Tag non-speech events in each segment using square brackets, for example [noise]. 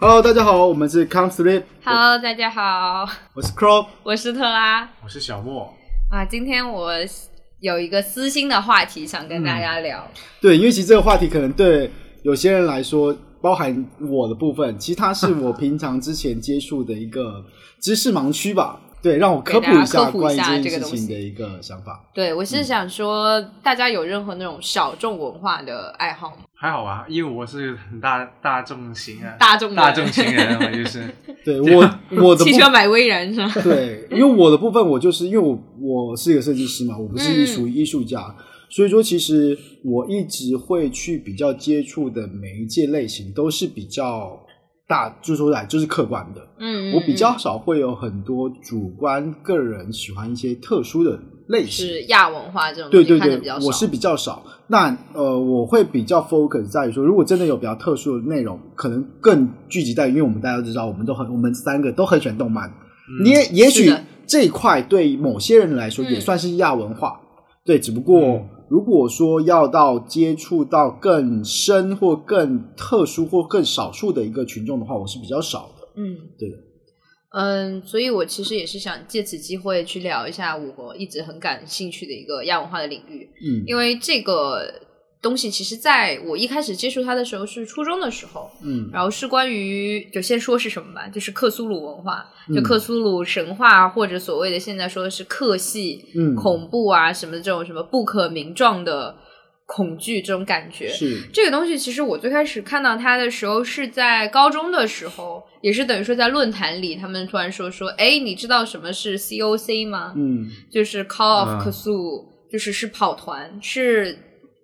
Hello，大家好，我们是 Come Sleep， Hello，大家好，我是 Crow。我是特拉我是小莫，啊。今天我有一个私心的话题想跟大嗯家聊，对，因为其实这个话题可能对有些人来说，包含我的部分，其实它是我平常之前接触的一个知识盲区吧。对，让我科普一给大家下科普关一于下这这件个事东西情的一个想 [laughs] 法。对我是想说，大家有任何那种小众文化的爱好吗？还好啊，因为我是很大大众型嗯啊，大众的大众 [laughs] 型人，我就是嗯对我我的部汽车买微燃是吗？对，因为 [laughs] 我的部分，我就是因为我我是一个设计师嘛，我不是艺属于艺术家，所以说其实我一直会去比较接触的每一届类型都是比较大，就说来就是客观的，嗯，我比较少会有很多主观个人喜欢一些特殊的类型。是亚文化这种东对西对看得对比较，少，我是比较少。那呃，我会比较 focus 在于说，如果真的有比较特殊的内容，可能更聚集在于，因为我们大家都知道，我们都很，我们三个都很喜欢动漫。你也也嗯是许的这一块对某些人来说也嗯算是亚文化，对。只不过、嗯如果说要到接触到更深或更特殊或更少数的一个群众的话，我是比较少的。嗯，对的。嗯，所以我其实也是想借此机会去聊一下我一直很感兴趣的一个亚文化的领域，嗯因为这个东西其实在我一开始接触它的时候是初中的时候，嗯然后是关于就先说是什么吧，就是克苏鲁文化，就嗯克苏鲁神话或者所谓的现在说的是克系、嗯，恐怖啊什么这种什么不可名状的恐惧这种感觉，是这个东西其实我最开始看到它的时候是在高中的时候，也是等于说在论坛里，他们突然说说，哎，你知道什么是 COC 吗？嗯就是 Call of 嗯 Cthulhu，、就是是跑团，是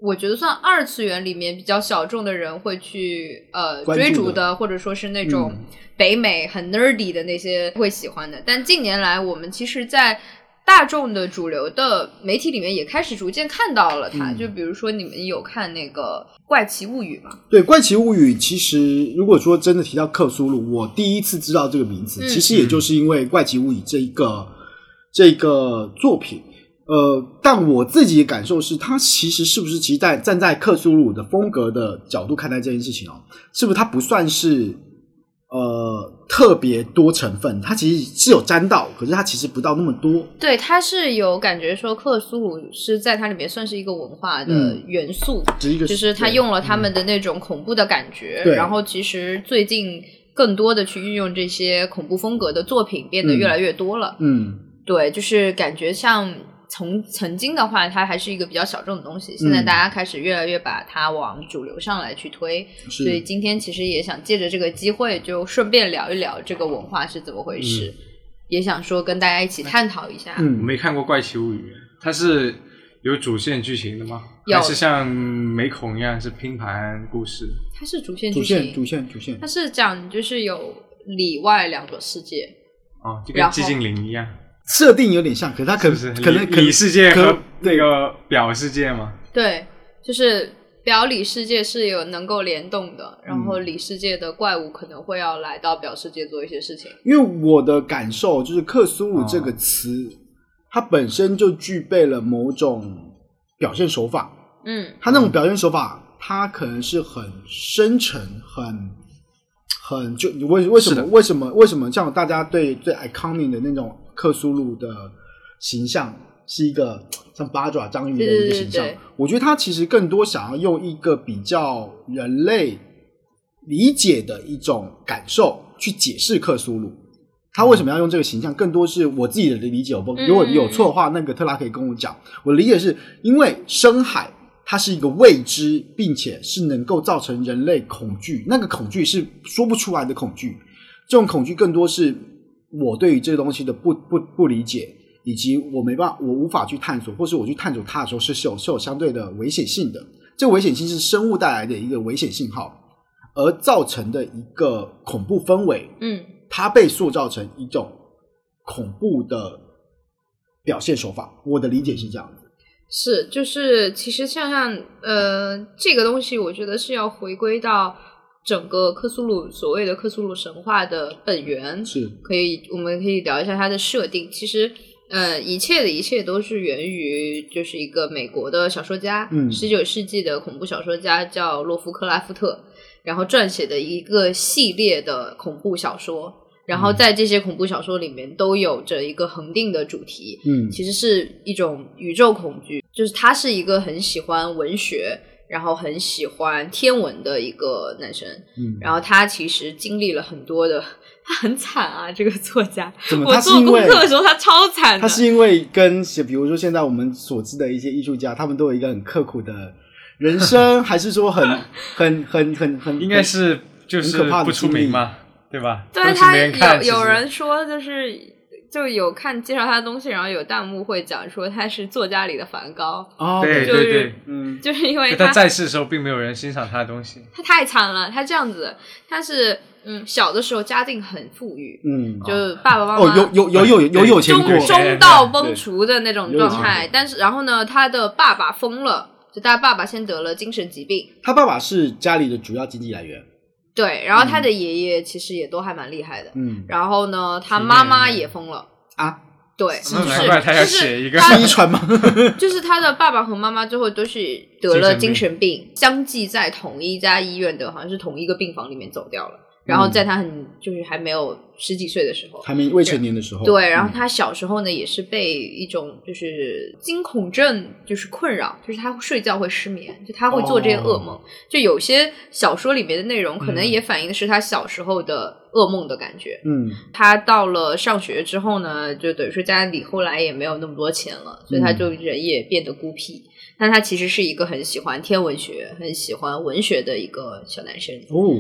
我觉得算二次元里面比较小众的人会去呃关注追的逐的，或者说是那种嗯北美很 nerdy 的那些会喜欢的。但近年来，我们其实，在大众的主流的媒体里面也开始逐渐看到了它，嗯就比如说你们有看那个《怪奇物语》吗？对《怪奇物语》，其实如果说真的提到克苏鲁，我第一次知道这个名字，嗯其实也就是因为《怪奇物语》这一个这一个作品。呃，但我自己的感受是，它其实是不是其实在站在克苏鲁的风格的角度看待这件事情哦，是不是它不算是呃特别多成分？它其实是有沾到，可是它其实不到那么多。对，它是有感觉说克苏鲁是在它里面算是一个文化的嗯元素，只是一个就是他对嗯用了他们的那种恐怖的感觉，对然后其实最近更多的去运用这些恐怖风格的作品变得越来越多了。嗯对，就是感觉像从曾经的话，它还是一个比较小众的东西，现在嗯大家开始越来越把它往主流上来去推，是所以今天其实也想借着这个机会，就顺便聊一聊这个文化是怎么回事，也想说跟大家一起探讨一下。嗯我没看过《怪奇物语》，啊它是有主线剧情的吗？有还是像美恐一样是拼盘故事？它是主线主剧线主情，线主线它是讲就是有里外两个世界，哦，就然后跟寂静岭一样，设定有点像，可是它可是能不是？可能里可能里世界可和对那个表世界嘛，对，就是表里世界是有能够联动的，然后里世界的怪物可能会要来到表世界做一些事情。因为我的感受就是“克苏鲁”这个词，它本身就具备了某种表现手法。嗯它那种表现手法，它可能是很深沉、很、很就你为为什是么的为什么为什么像大家对最 iconic 的那种克苏鲁的形象是一个像八爪章鱼的一个形象对对对对？我觉得它其实更多想要用一个比较人类理解的一种感受去解释克苏鲁。他为什么要用这个形象？更多是我自己的理解，我不嗯如果有错的话，那个特拉可以跟我讲。我理解是因为深海它是一个未知，并且是能够造成人类恐惧，那个恐惧是说不出来的恐惧。这种恐惧更多是我对于这个东西的不不不理解，以及我没办法，我无法去探索，或是我去探索它的时候是是有是有相对的危险性的。这危险性是生物带来的一个危险信号，而造成的一个恐怖氛围。嗯，它被塑造成一种恐怖的表现手法。我的理解是这样子。是，就是其实像像呃这个东西，我觉得是要回归到整个克苏鲁所谓的克苏鲁神话的本源。是，可以，我们可以聊一下它的设定。其实，呃，一切的一切都是源于就是一个美国的小说家，嗯十九世纪的恐怖小说家叫洛夫克拉夫特。然后撰写的一个系列的恐怖小说。然后在这些恐怖小说里面都有着一个恒定的主题，嗯其实是一种宇宙恐惧，就是他是一个很喜欢文学，然后很喜欢天文的一个男生。嗯，然后他其实经历了很多的，他很惨啊，这个作家。怎么我他是做因功为课的时候，他超惨的。他是因为跟写，比如说现在我们所知的一些艺术家，他们都有一个很刻苦的人生，还是说很很很很很应该是就是很可怕的不出经历名嘛，对吧？对都是他没人看有其实有人说就是。就有看介绍他的东西，然后有弹幕会讲说他是作家里的梵高，哦，对就对是对，嗯就是因为就他在世的时候并没有人欣赏他的东西，他太惨了，他这样子，他是嗯小的时候家境很富裕，嗯，就是爸爸妈妈哦，有有有有有有有钱中过，中中道崩殂的那种对状有态，但是然后呢，他的爸爸疯了，就他爸爸先得了精神疾病，他爸爸是家里的主要经济来源，对，然后他的爷爷其实也都还蛮厉害的，嗯然后呢，他体面妈妈人也疯了，啊，对，是就吗是难怪他要就是写一个他遗传吗？ [laughs] 就是他的爸爸和妈妈最后都是得了精神病，相继在同一家医院的，好像是同一个病房里面走掉了。然后在他很就是还没有十几岁的时候，还没未成年的时候，对，然后嗯他小时候呢也是被一种就是惊恐症就是困扰，就是他睡觉会失眠，就他会做这些噩梦。就有些小说里面的内容可能嗯也反映的是他小时候的噩梦的感觉。嗯他到了上学之后呢，就等于说家里后来也没有那么多钱了，所以他就人也变得孤僻。但他其实是一个很喜欢天文学、很喜欢文学的一个小男生，哦，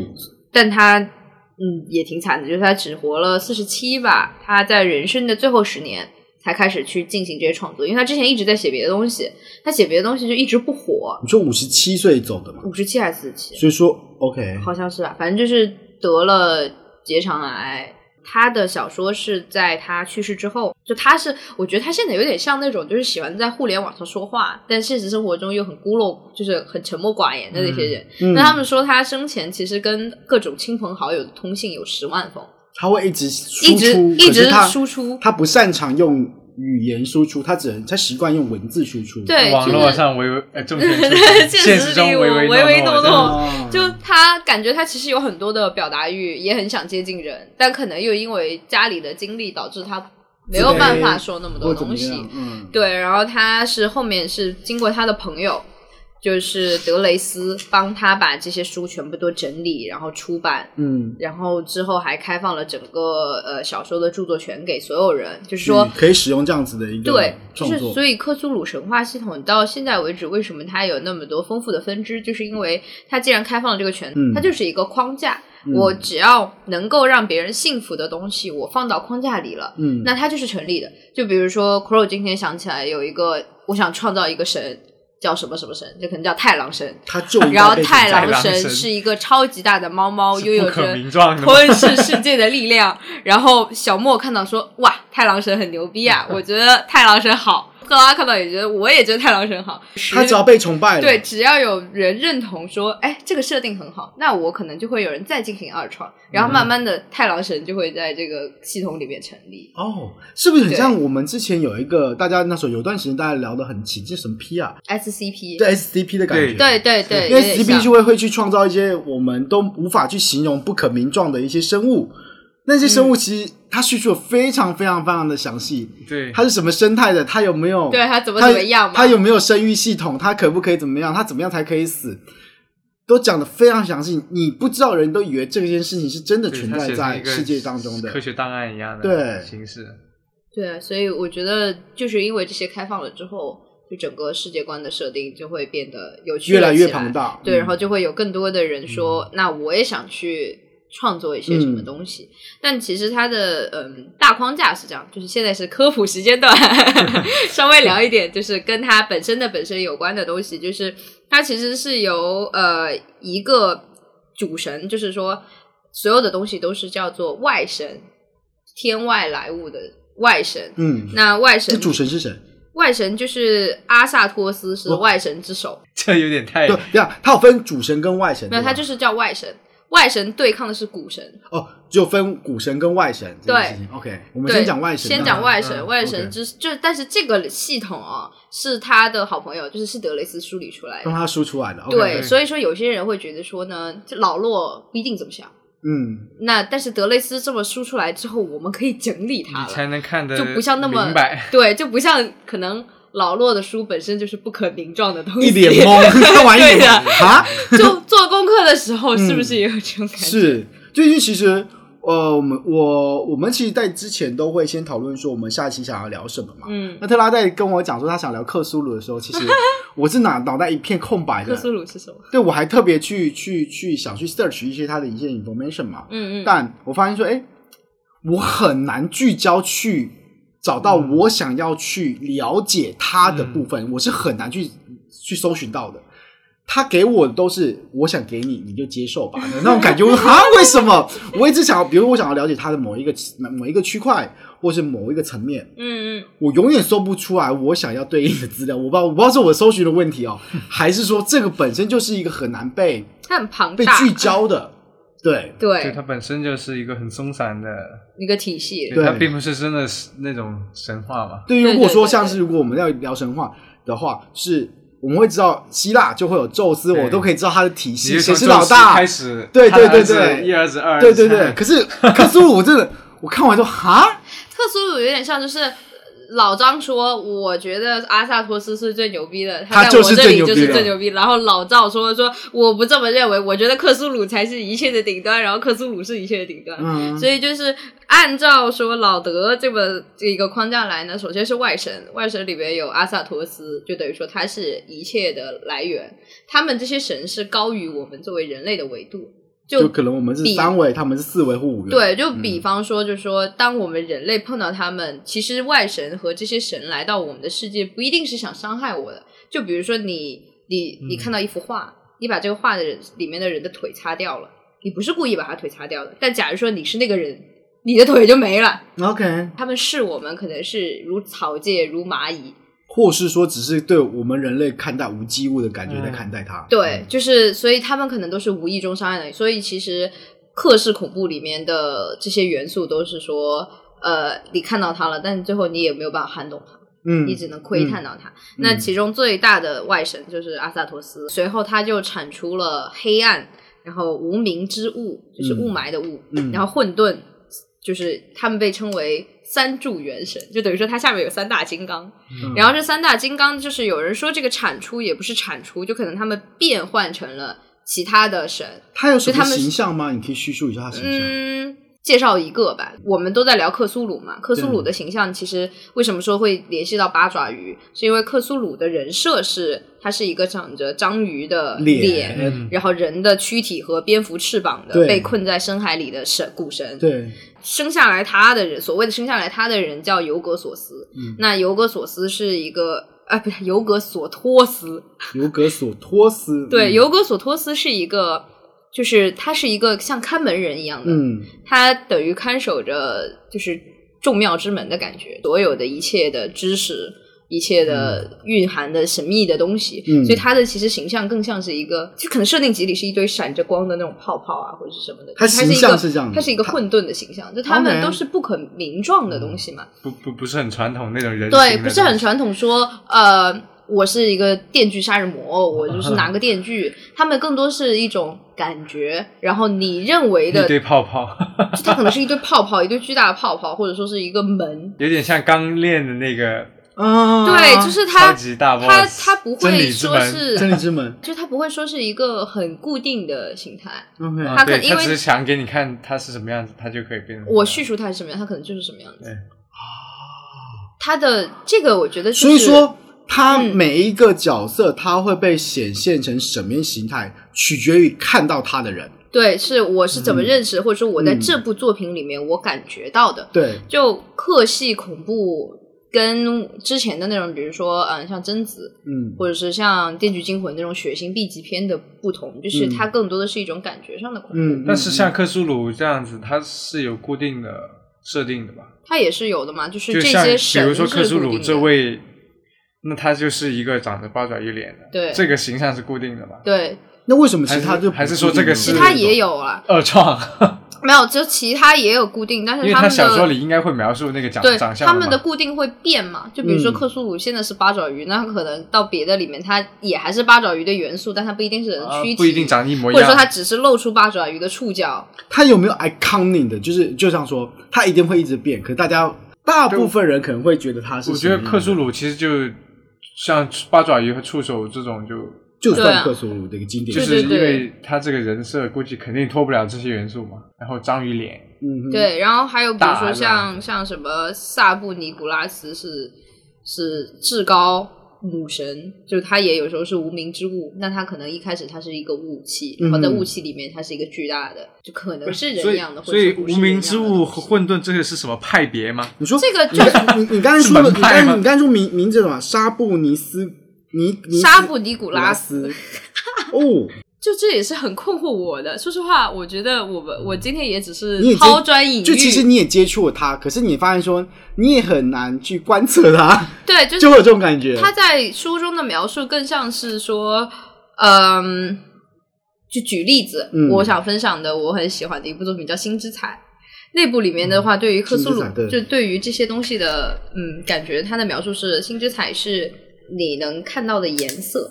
但他嗯也挺惨的，就是他只活了四十七吧，他在人生的最后十年才开始去进行这些创作，因为他之前一直在写别的东西，他写别的东西就一直不火，你说五十七岁走的嘛，五十七还是四十七？所以说 OK，好像是吧，反正就是得了结肠癌。他的小说是在他去世之后，就他是，我觉得他现在有点像那种，就是喜欢在互联网上说话，但现实生活中又很孤陋，就是很沉默寡言的那些人。嗯那他们说他生前其实跟各种亲朋好友的通信有十万封，他会一直输出一直可是一直他输出他不擅长用语言输出，他只能他习惯用文字输出，对网就络是上唯唯呃，[laughs] 中现现实实里中我唯唯唯诺诺诺诺，哦就他感觉他其实有很多的表达欲，也很想接近人，但可能又因为家里的经历导致他没有办法说那么多或怎东么西。样，嗯，对，然后他是后面是经过他的朋友，就是德雷斯帮他把这些书全部都整理，然后出版，嗯，然后之后还开放了整个呃小说的著作权给所有人，就是说。嗯可以使用这样子的一个对，就创是作，所以克苏鲁神话系统到现在为止，为什么它有那么多丰富的分支？就是因为它既然开放了这个权，嗯它就是一个框架。嗯我只要能够让别人信服的东西，我放到框架里了，嗯，那它就是成立的。就比如说，Crow 今天想起来有一个，我想创造一个神，叫什么什么神，就可能叫太郎神。他就应该然后被太存在郎郎神是一个超级大的猫猫，是拥哦有不可着名状的 [laughs] 吞噬世界的力量。然后小莫看到说：“哇，太郎神很牛逼 [laughs] 啊！我觉得太郎神好。”克拉看到也觉得，我也觉得太郎神好。他只要被崇拜了，对，，只要有人认同说，哎，这个设定很好，那我可能就会有人再进行二创，然后慢慢的太郎神就会在这个系统里面成立。哦，是不是很对像我们之前有一个大家那时候有段时间大家聊得很起劲，什么 P 啊， SCP，对 SCP 的感觉，对对对对，因为有点像 CP 就会会去创造一些我们都无法去形容、不可名状的一些生物。那些生物其实它叙述的非常非常非常的详细，对，它是什么生态的，它有没有对它怎么怎么样嘛它有没有生育系统，它可不可以怎么样，它怎么样才可以死，都讲的非常详细。你不知道的人都以为这件事情是真的对存他在写成在一个世界当中的科。学档案一样的对形式，对，所以我觉得就是因为这些开放了之后，就整个世界观的设定就会变得有趣越了来越起庞大，对，嗯然后就会有更多的人说，那我也想去创作一些什嗯么东西。但其实它的嗯大框架是这样，就是现在是科普时间段， [laughs] 稍微聊一点，就是跟它本身的本身有关的东西，就是它其实是由呃一个主神，就是说所有的东西都是叫做外神，天外来物的外神。嗯，那外这神主神是谁？外神就是阿萨托斯是哦外神之首，这有点太对，这样它有分主神跟外神，没有，对吧它就是叫外神。外神对抗的是古神，哦，就分股神跟外神这件事情。OK，我们对先讲外神，先讲外神，嗯外 OK 神之就是，但是这个系统啊，是他的好朋友，就是是德雷斯梳理出来让的。他输出来的。OK，哦对，对所以说有些人会觉得说呢，这老洛不一定怎么想。嗯，那但是德雷斯这么输出来之后，我们可以整理它你了，才能看得就不像那么明白。对，就不像可能老洛的书本身就是不可名状的东西，一脸懵，看完一脸 [laughs] 对的懵啊，就做功课的时候是不是也有这种感觉？是，就是其实。呃，我们我我们其实，在之前都会先讨论说我们下一期想要聊什么嘛。嗯，那特拉在跟我讲说他想聊克苏鲁的时候， [laughs] 其实我是脑脑袋一片空白克的。苏鲁是什么？对，我还特别去去去想去 search 一些他的一些 information 嘛。嗯嗯，但我发现说，哎，我很难聚焦去找到我想要去了解它的部嗯分，我是很难去去搜寻到的。他给我的都是我想给你，你就接受吧，那种感觉。我说啊，为什 [laughs] 么？我一直想要，比如我想要了解它的某一个某一个区块，或是某一个层面，嗯嗯，我永远搜不出来我想要对应的资料。我不知道，我不知道是我搜寻的问题哦，还是说这个本身就是一个很难被它很庞被大，聚焦的。对，就对它本身就是一个很松散的，一个体系。对它并不是真的是那种神话嘛。对于对如果说对对像是如果我们要聊神话的话，是我们会知道希腊就会有宙斯，对我都可以知道他的体你系，就谁从是宙老斯大开。始，对他对的对儿子对一儿子二儿子，对对对，可是克苏鲁我真的，我看完之后哈，克苏鲁有点像就是呃老张说，我觉得阿萨托斯是最牛逼的，他在就我是这最里牛就逼是的最牛逼。然后老赵说说我不这么认为，我觉得克苏鲁才是一切的顶端，然后克苏鲁是一切的顶端。嗯， [laughs] 所以就是按照说老德这个这个框架来呢，首先是外神，外神里边有阿萨托斯，就等于说他是一切的来源。他们这些神是高于我们作为人类的维度，就就可能我们是比三维，他们是四维或五维。，对，就比方说，就是说，当我们人类碰到他们，其实外神和这些神来到我们的世界，不一定是想伤害我的。就比如说你，你，你看到一幅画，你把这个画的人里面的人的腿擦掉了，你不是故意把他腿擦掉的，但假如说你是那个人，你的腿就没了。 ，OK，他们视我们可能是如草芥、如蚂蚁，或是说只是对我们人类看待无机物的感觉嗯在看待它。对，就是所以他们可能都是无意中伤害的，所以其实克氏恐怖里面的这些元素都是说，呃，你看到它了，但是最后你也没有办法撼动它，嗯，你只能窥探到它。嗯那其中最大的外神就是阿萨托斯，随后他就产出了黑暗，然后无名之物，就是雾霾的雾，嗯然后混沌，就是他们被称为三柱元神，就等于说它下面有三大金刚。嗯然后这三大金刚就是有人说这个产出也不是产出，就可能他们变换成了其他的神。它有什就么他们形象吗？你可以叙述一下它形象。嗯，介绍一个吧。我们都在聊克苏鲁嘛，克苏鲁的形象其实为什么说会联系到八爪鱼，是因为克苏鲁的人设是它是一个长着章鱼的脸嗯，然后人的躯体和蝙蝠翅膀的对被困在深海里的神古神，对，生下来他的人，所谓的生下来他的人叫尤格索斯。嗯那尤格索斯是一个啊，不是尤格索托斯，尤格索托斯。对，嗯尤格索托斯是一个，就是他是一个像看门人一样的，嗯他等于看守着就是众庙之门的感觉，所有的一切的知识，一切的蕴含的神秘的东西，嗯所以他的其实形象更像是一个，就可能设定集里是一堆闪着光的那种泡泡啊，或者是什么的。他就它形一个象是这样子它是一个他混沌的形象，就他们 OK 都是不可名状的东西嘛。不不不是很传统那种人，对，不是很，传统说，呃，我是一个电锯杀人魔偶，我就是拿个电锯，他们更多是一种感觉，然后你认为的一，堆泡泡，就它可能是一堆泡泡，一堆巨大的泡泡，或者说是一个门，有点像刚练的那个啊，对，就是它超，级大 boss，它它不真会理之说门啊真理是。之门。就它不会说是一个很固定的形态， OK，啊它可对，能因他为只是想给你看他是什么样子，他就可以变成我叙述它是什么样，它可能就是什么样子对。它的这个我觉得、就是，所以说，他嗯每一个角色他会被显现成什么样形态，嗯取决于看到他的人。对，是我是怎么认识，或者说我在嗯这部作品里面我感觉到的，对，就克系恐怖跟之前的那种，比如说嗯，像贞子，嗯，或者是像《电锯惊魂》那种血腥 B 级片的不同，就是嗯它更多的是一种感觉上的恐怖，嗯，但是像克苏鲁这样子，它是有固定的设定的吧？它也是有的嘛，就是就这像些比神如说克是苏固定鲁的这啊位，那他就是一个长着八爪鱼脸的，对这个形象是固定的吧？对。那为什么还其是他就还是说这个其是他也有啊，二创，没有，就其他也有固定，但因是为他他们小说的。里应该会描述那个长对长相他们嘛的固定会变嘛，就比如说嗯克苏鲁现在是八爪鱼，那可能到别的里面它也还是八爪鱼的元素，但它不一定是人啊躯体，不一定长一或模一者说它样，只是露出八爪鱼的触角，他有没有 iconic 的？就是就像说，他一定会一直变，可大家大部分人可能会觉得他是我什觉么得样的。克苏鲁其实就像八爪鱼和触手这种就。就对算啊克苏鲁的一个经典，就对对是因对为他这个人设估计肯定脱不了这些元素嘛。然后章鱼脸，嗯哼，对，然后还有比如大说的像像什么萨布尼古拉斯是是至高母神，就是他也有时候是无名之物，那他可能一开始他是一个雾气，然后在嗯雾气里面它是一个巨大的，就可能是所人以样的，所以或者是不是无名之人样的物和混沌这个是什么派别吗？你说这个就你刚你你刚才是说的，门你刚派才吗你刚才说名名字什么？沙布尼斯尼尼沙斯布尼古古拉拉斯，斯。哦，就这也是很困惑我的。说实话，我觉得我们我今天也只你已是经抛砖引玉，就其实你也接触了他，可是你发现说你也很难去观测他， [laughs] 对，就是就会有这种感觉。他在书中的描述更像是说，嗯，就举例子，嗯我想分享的我很喜欢的一部作品叫《星之彩》。内部里面的话，对于克苏嗯星鲁之彩，对就对于这些东西的，嗯，感觉它的描述是：星之彩是你能看到的颜色，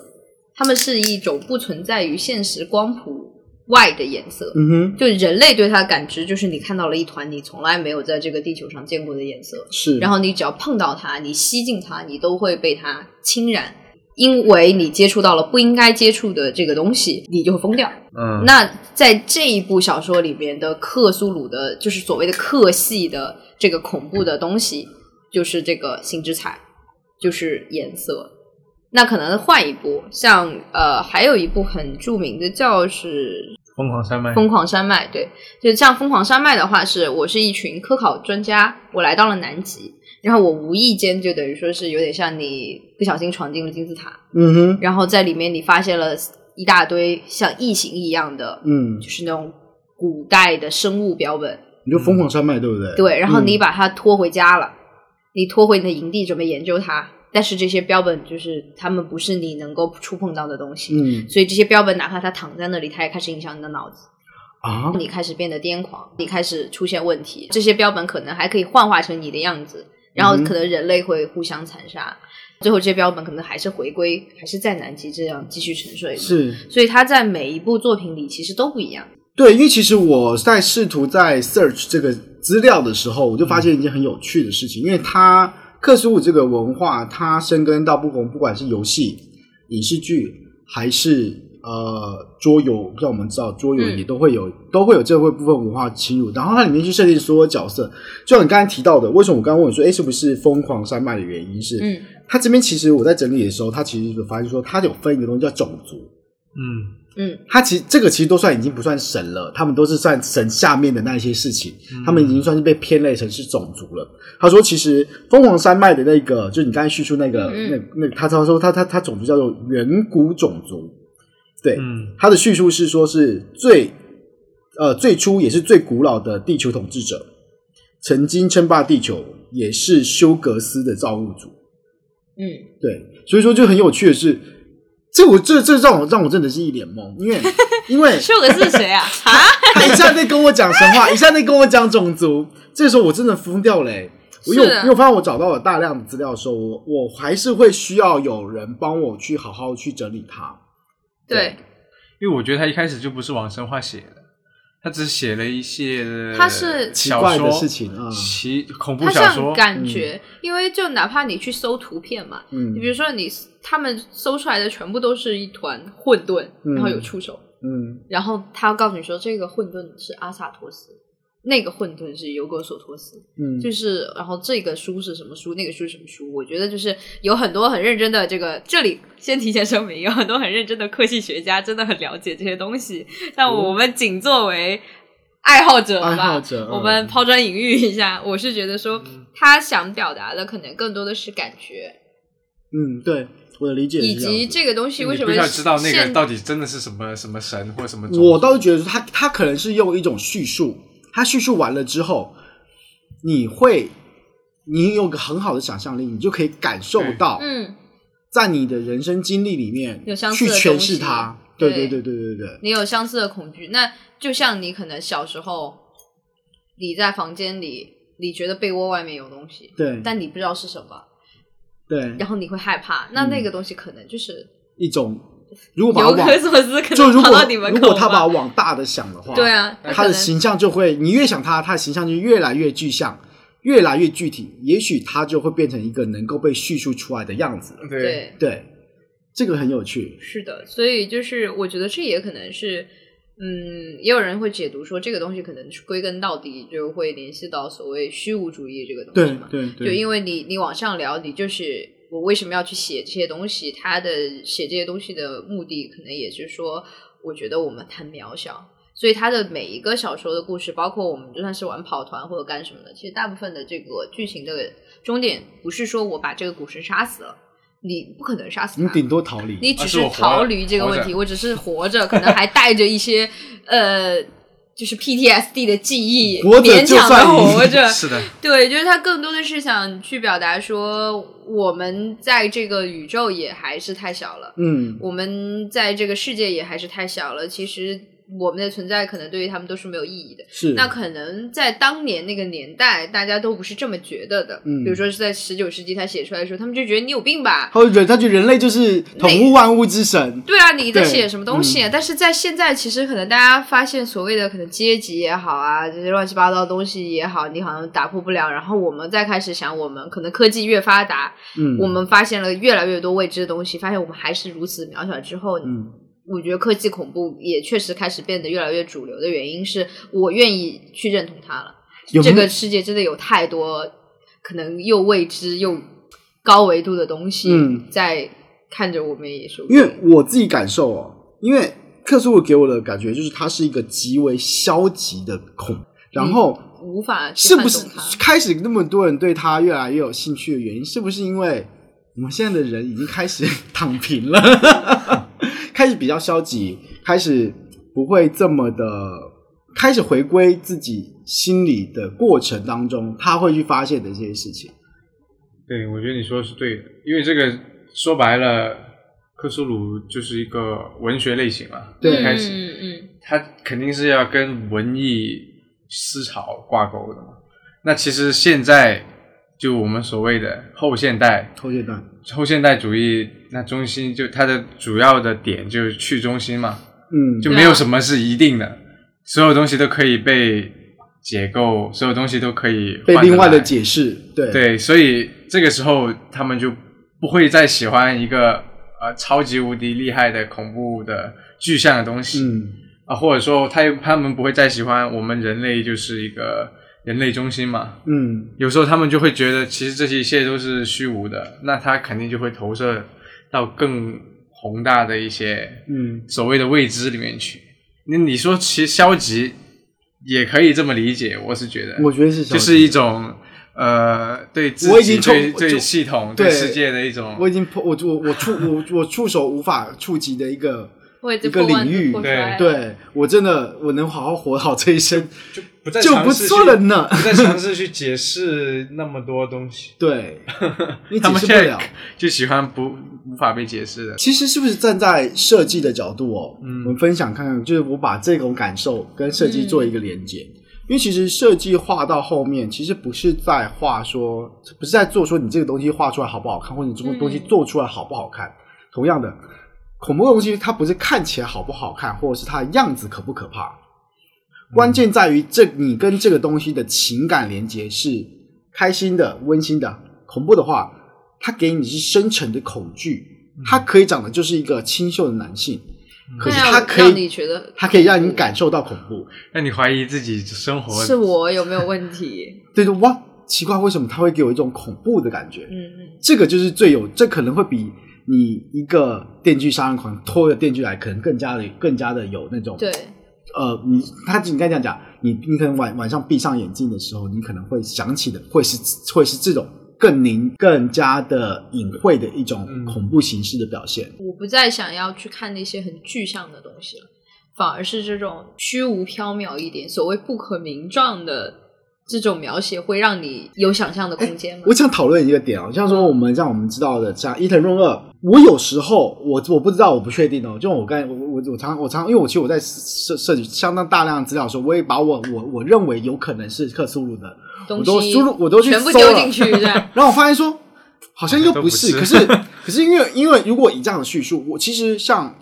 它们是一种不存在于现实光谱外的颜色。嗯哼，就人类对它的感知，就是你看到了一团你从来没有在这个地球上见过的颜色。是。然后后你只要碰到它，你吸进它，你都会被它侵染，因为你接触到了不应该接触的这个东西，你就会疯掉。嗯，那在这一部小说里面的克苏鲁的，就是所谓的克系的这个恐怖的东西，就是这个星之彩，就是颜色。那可能换一部，像呃，还有一部很著名的叫是疯狂山脉疯狂山脉，对，就像疯狂山脉的话是，我是一群科考专家，我来到了南极，然后我无意间就等于说是有点像你不小心闯进了金字塔，嗯哼，然后在里面你发现了一大堆像异形一样的，嗯就，是那种古代的生物标本，你就疯狂山脉对不对？对，然后嗯你把它拖回家了，你拖回你的营地准备研究它，但是这些标本就是它们不是你能够触碰到的东西，嗯所以这些标本哪怕它躺在那里，它也开始影响你的脑子。啊，你开始变得癫狂，你开始出现问题，这些标本可能还可以幻化成你的样子，然后嗯哼可能人类会互相残杀，最后这些标本可能还是回归，还是在南极这样继续沉睡。，是所以他在每一部作品里其实都不一样。对，因为其实我在试图在 search 这个资料的时候，我就发现一件很有趣的事情，因为它克苏鲁这个文化，它深根到不管不管是游戏、影视剧，还是呃桌游，像我们知道桌游嗯也都会有、都会有这部分文化侵入，然后它里面去设定所有角色，就像你刚才提到的，为什么我刚刚问你说，哎，是不是疯狂山脉的原因是？嗯，它这边其实我在整理的时候，它其实有发现说，它有分一个东西叫种族，嗯，他其实这个其实都算已经不算神了，他们都是算神下面的那一些事情，他们已经算是被偏类成是种族了。他说，其实凤凰山脉的那个，就你刚才叙述那个，嗯嗯那那他他说他他他种族叫做远古种族，对，嗯他的叙述是说是最呃最初也是最古老的地球统治者，曾经称霸地球，也是休格斯的造物主。嗯，对，所以说就很有趣的是，这我这这让我让我真的是一脸懵，因为 [laughs] 因为秀格是谁啊？啊，他一下在跟我讲神 [laughs] 话，一下在跟我讲种族，这时候我真的疯掉嘞、我因为是啊的因为我发现我找到了大量的资料的时候，我我还是会需要有人帮我去好好去整理它。 [laughs] 对，因为我觉得他一开始就不是往神话写的，他只写了一些他是奇小怪的说事情啊，奇恐怖它小像说，感觉，因为就哪怕你去搜图片嘛，嗯你比如说你他们搜出来的全部都是一团混沌，然后有触手。嗯，然后他告诉你说，这个混沌是阿萨托斯，那个混沌是尤格索托斯，嗯就是然后这个书是什么书，那个书是什么书？我觉得就是有很多很认真的这个，这里先提前声明，有很多很认真的科技学家真的很了解这些东西，但我们仅作为爱好者吧，嗯爱好者嗯我们抛砖引玉一下。我是觉得说，他想表达的可能更多的是感觉，嗯，对，我的理解以是这及样子。这个东西为什么你必须要知道那现个到底真的是什么什么神或什么种族？我倒是觉得说他他可能是用一种叙述，他叙述完了之后，你会你有个很好的想象力，你就可以感受到，嗯在你的人生经历里面有相似去诠的释它。对对对对对对对对，你有相似的恐惧，那就像你可能小时候，你在房间里，你觉得被窝外面有东西，对但你不知道是什么，对然后你会害怕，那嗯那个东西可能就是一种， [laughs] 如果把它游往客索斯可 [laughs] 就能如跑果到你们如口果他把吧它往大的想的话，对啊，他的形象就会，你越想他，他的形象就越来越具象，越来越具体，也许他就会变成一个能够被叙述出来的样子了。可能对对，这个很有趣。是的，所以就是我觉得这也可能是，嗯，也有人会解读说这个东西可能是归根到底就会联系到所谓虚无主义这个东西对嘛，对就对，因为你你往上聊，你就是我为什么要去写这些东西，他的写这些东西的目的可能也是说，我觉得我们很渺小。所以他的每一个小说的故事，包括我们就算是玩跑团或者干什么的，其实大部分的这个剧情的终点不是说我把这个古神杀死了，你不可能杀死你他，顶多逃离。你只而是啊是我活逃着离这个问活题，着我只是活着，可能还带着一些呃，就是 PTSD 的记忆，活着勉就强算的赢活 [laughs] 着。 [laughs] 是的，对，就是他更多的是想去表达说，我们在这个宇宙也还是太小了，嗯，我们在这个世界也还是太小了。其实我们的存在可能对于他们都是没有意义的。是那可能在当年那个年代，大家都不是这么觉得的。嗯比如说是在十九世纪，他写出来的时候，他们就觉得你有病吧，他会觉得，他觉得人类就是统物万物之神。对啊，你在对嗯写什么东西啊？但是在现在，其实可能大家发现所谓的可能阶级也好啊，这些乱七八糟的东西也好，你好像打破不了。然后我们再开始想，我们可能科技越发达，嗯，我们发现了越来越多未知的东西，发现我们还是如此渺小之后，嗯我觉得科技恐怖也确实开始变得越来越主流的原因是，我愿意去认同它了。有这没个有世界真的有太多可能又未知又高维度的东西、嗯在看着我们也是无因语为我自己感受哦，因为克苏鲁给我的感觉就是它是一个极为消极的恐，然后无法去是不是撼动它开始那么多人对他越来越有兴趣的原因，是不是因为 [laughs] 我们现在的人已经开始躺平了， [laughs] 开始比较消极，开始不会这么的，开始回归自己心理的过程当中，他会去发现的这些事情。对，我觉得你说的是对的，因为这个说白了，克苏鲁就是一个文学类型嘛，对一开始嗯嗯它肯定是要跟文艺思潮挂钩的嘛。那其实现在就我们所谓的后现代，后阶段，后现代主义，那中心就它的主要的点就是去中心嘛，嗯，就对啊没有什么是一定的，所有东西都可以被解构，所有东西都可以被换着另外的来解释，对对，所以这个时候他们就不会再喜欢一个呃超级无敌厉害的恐怖的具象的东西、嗯，啊，或者说他他们不会再喜欢我们人类就是一个人类中心嘛。嗯，有时候他们就会觉得其实这些一切都是虚无的，那他肯定就会投射到更宏大的一些嗯，所谓的未知里面去。那你说其实消极也可以这么理解，我是觉得，我觉得是消就极是一种呃对自我已己经冲对我就对系统对对世界的一种我已经破我我我触我我触手无法触及的一个我已一经个破罐领子域，破摔了对我真的我能好好活好这一生就不再就尝不试错去了呢。。不再尝试去解释那么多东西 [laughs] 对，你他解们释现不在了。就喜欢不无法被解释的。其实是不是站在设计的角度哦，嗯我们分享看看，就是我把这种感受跟设计做一个连接。嗯因为其实设计画到后面，其实不是在画说，不是在做说你这个东西画出来好不好看，或者你这个东西嗯做出来好不好看。同样的，恐怖的东西它不是看起来好不好看，或者是它的样子可不可怕，关键在于这你跟这个东西的情感连接是开心的、温馨的。恐怖的话，它给你是深沉的恐惧，它可以长得就是一个清秀的男性，可对是啊它可让你以，觉得它可以让你感受到恐怖。让你怀疑自己生活是我有没有问题？ [laughs] 对的，哇，奇怪，为什么它会给我一种恐怖的感觉？嗯，这个就是最有，这可能会比你一个电锯杀人狂拖着电锯来，可能更加的更加的有那种对，呃，你他应该这样讲，你你可能晚晚上闭上眼睛的时候，你可能会想起的会是会是这种更凝更加的隐晦的一种嗯恐怖形式的表现。我不再想要去看那些很具象的东西了，反而是这种虚无缥缈一点，所谓不可名状的这种描写，会哎让你有想象的空间吗哦我？想讨论一个点啊，像说我们像我们知道的，像伊藤润二我有时候我我不知道，我不确定哦。就我刚才我我我常我常，因为我其实我在摄摄取相当大量的资料的时候，我也把我我我认为有可能是克苏鲁的，我东都西输入我都去全部搜丢了进去，这样然后我发现说，好像又不是。都可不是是可是因为因为如果以这样的叙述，我其实像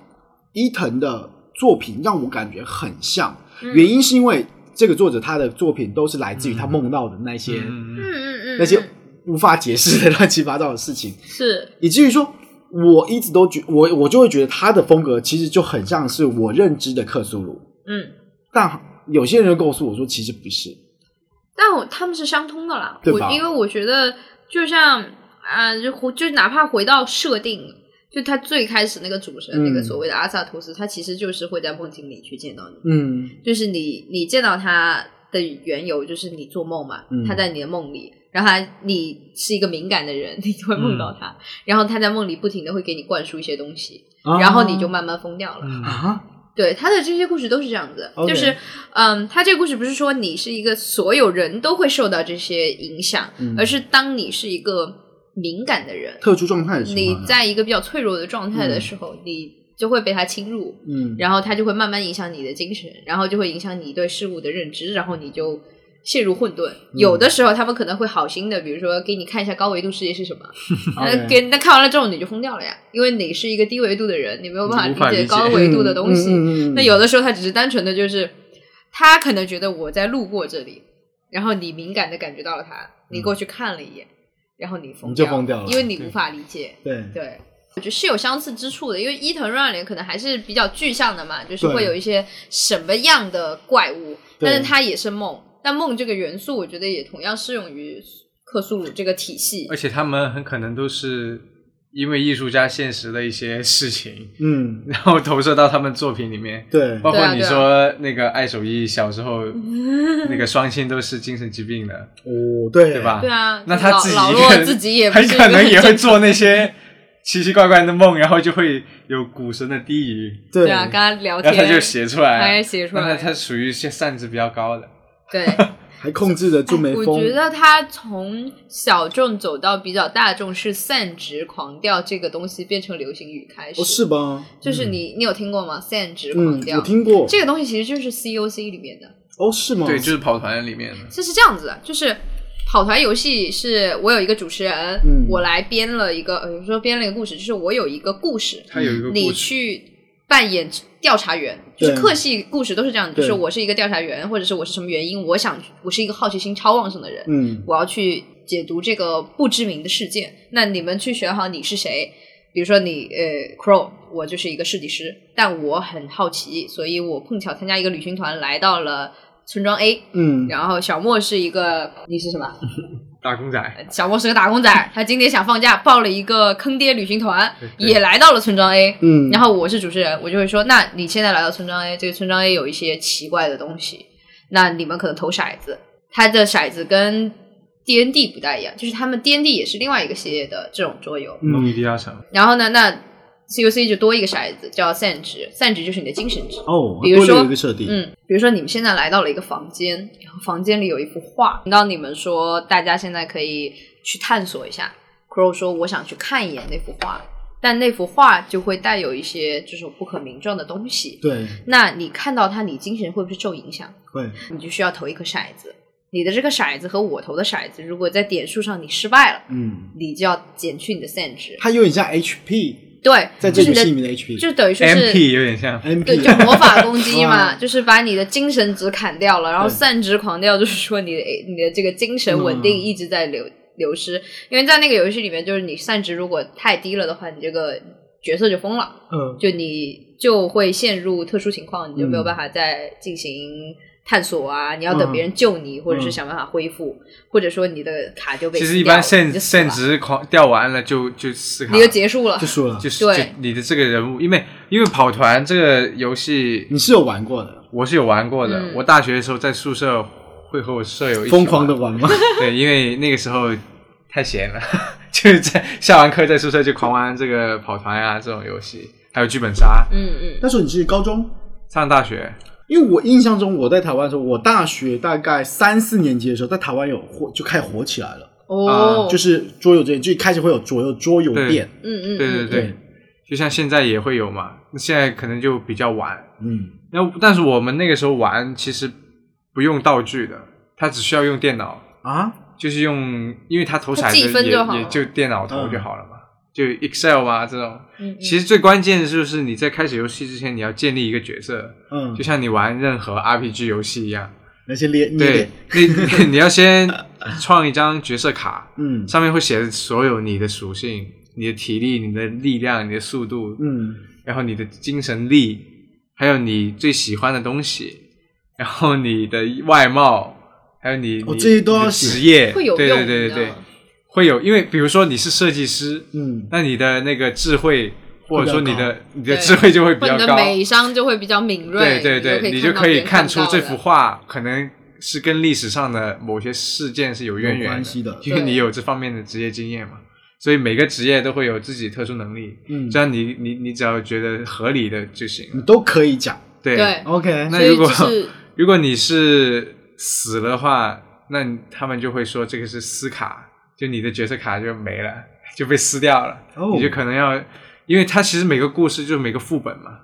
伊藤的作品让我感觉很像，[laughs] 嗯原因是因为这个作者他的作品都是来自于他梦到的那些、嗯嗯，嗯嗯，那些嗯无法解释的乱七八糟的事情，是以至于说。我一直都觉我我就会觉得他的风格其实就很像是我认知的克苏鲁，嗯，但有些人告诉我说其实不是，但我他们是相通的啦。对我吧因为我觉得就像啊、就回就哪怕回到设定，就他最开始那个主神、嗯那个所谓的阿萨图斯，他其实就是会在梦境里去见到你，嗯就是你你见到他的缘由就是你做梦嘛，嗯他在你的梦里。然后他，你是一个敏感的人，你就会梦到他。嗯然后他在梦里不停的会给你灌输一些东西，哦然后你就慢慢疯掉了。啊对他的这些故事都是这样子 OK 就是嗯，他这个故事不是说你是一个所有人都会受到这些影响，嗯而是当你是一个敏感的人，特殊状态的啊时候你呢在一个比较脆弱的状态的时候，你就会被他侵入，嗯然后他就会慢慢影响你的精神，然后就会影响你对事物的认知，然后你就。陷入混沌，嗯有的时候他们可能会好心的，比如说给你看一下高维度世界是 [laughs] 什么，那 OK 给那看完了之后你就疯掉了呀，因为你是一个低维度的人，你没有办无法法理解理解高维度的东西，嗯嗯嗯嗯那有的时候他只是单纯的就是，他可能觉得我在路过这里，然后你敏感的感觉到了他，你过去看了一眼，然后你疯嗯你就掉疯掉了因为你无法理解。对对，我觉得是有相似之处的，因为伊藤润二郎可能还是比较具象的嘛，就是对会有一些什么样的怪物，对但是它也是梦，但梦这个元素，我觉得也同样适用于克苏鲁这个体系而。且他们很可能都是因为艺术家现实的一些事情， [laughs] 嗯然后投射到他们作品里面，对 [laughs] 包对括啊你对啊说那个爱手艺小时 [laughs] 候那个双亲都是精神疾病的，哦对对？吧？对啊，那就他老自己老一个洛人自己也不很是一可个能也会正做那些奇奇怪怪的梦，然后就会有股神的低语，对对啊，跟他聊然天，后他就写出他也来。写出那来，他属于擅值比较高的，对。还控制得住眉峰，哎我觉得他从小众走到比较大众，是散值狂调这个东西变成流行语开始。哦是吧？就是你你有听过吗？散值狂嗯，调，我听过啊这个东西其实就是 COC 里面的，哦是吗？对，就是跑团里面的。这是这样子的，就是。跑团游戏是我有一个主持人，嗯我来编了一个，呃有时候编了一个故事，就是我有一个故事，他有一个你故事，去扮演调查员，就是对克系故事都是这样的，就对是我是一个调查员，或者是我是什么原因，我想我是一个好奇心超旺盛的人，嗯我要去解读这个不知名的事件。那你们去选好你是谁，比如说你呃，Crow，我就是一个设计师，但我很好奇，所以我碰巧参加一个旅行团来到了村庄 A，嗯然后小莫是一个你是什么？打工仔，小莫是个打工仔，他今天想放假，报了一个坑爹旅行团，对对也来到了村庄 A。嗯，然后我是主持人，我就会说，那你现在来到村庄 A，这个村庄 A 有一些奇怪的东西，那你们可能投骰子，它的骰子跟 D N D 不太一样，就是他们 D N D 也是另外一个系列的这种桌游。嗯梦一定要想。然后呢，那 C U C 就多一个骰子叫散值，散值就是你的精神值。哦，比如说多了一个设定，嗯，比如说你们现在来到了一个房间，然后房间里有一幅画，那你们说大家现在可以去探索一下。Crow 说我想去看一眼那幅画，但那幅画就会带有一些这种不可名状的东西。对，那你看到它，你精神会不会受影响？会你就需要投一颗骰子。你的这个骰子和我投的骰子，如果在点数上你失败了，嗯，你就要减去你的散值。它有点像 HP，对，在这就是个戏你里的，面的 HP，就等于说是呃 MP 有点像， MP 对，就魔法攻击嘛， [laughs] 哇啊就是把你的精神值砍掉了，然后对散值狂掉，就是说你的你的这个精神稳定嗯一直在流、流失，因为在那个游戏里面，就是你散值如果太低了的话，你这个角色就疯了， [laughs] 嗯就你就会陷入特殊情况，你就没有嗯办法再进行探索啊，你要嗯等别人救你，或者是想办法恢复，或者说你的卡就被其实撕一掉般了你限就死了限值狂掉完了就就撕卡，你就结束了就，输了，就是对就你的这个人物，因为因为跑团这个游戏你是有玩过的，我是有玩过的，嗯我大学的时候在宿舍会和我舍友一起疯玩狂的，玩吗？ [laughs] 对，因为那个时候太闲了， [laughs] 就是在下完课在宿舍就狂玩这个跑团啊这种游戏，还有剧本杀。嗯嗯，那时候你是高中，上大学因为我印象中我在台湾的时候，我大学大概三四年级的时候在台湾有火就开始火起来了。哦，啊就是桌游这，就一开始会有桌游桌游对店，嗯嗯，嗯对对嗯对，就像现在也会有嘛，那现在可能就比较晚。嗯，那但是我们那个时候玩其实不用道具的，它只需要用电脑，啊，就是用，因为它投它骰计分子也就好了也就电脑投就好了嘛，就 Excel 啊这种。嗯嗯其实最关键的就是你在开始游戏之前，你要建立一个角色，嗯就，像你玩任何 RPG 游戏一样。那些列捏对脸，，你 [laughs] 你你要先创一张角色卡，嗯上面会写着所有你的属性、你的体力、你的力量、你的速度，嗯，然后你的精神力，还有你最喜欢的东西，然后你的外貌，还有你哦你这些都要你的写职业，会有对用对对你对知对道吗，会有，因为比如说你是设计师，嗯，那你的那个智慧或者说你的你的对智慧就会比或者较你的高，美商就会比较敏锐，对对对，你就就可以看看出这幅画。画可能是跟历史上的某些事件是有渊有源关的，系的，因为对你有这方面的职业经验嘛，所以每个职业都会有自己特殊能力。嗯这，样你你你只要觉得合理的就行你了。都可以讲对，对， ，OK，那所以如果 [laughs] 就是如果你是死了的话，那你他们就会说这个是撕卡，就你的角色卡就没了，就被撕掉了。哦你就可能要，因为它其实每个故事就是每个副本嘛，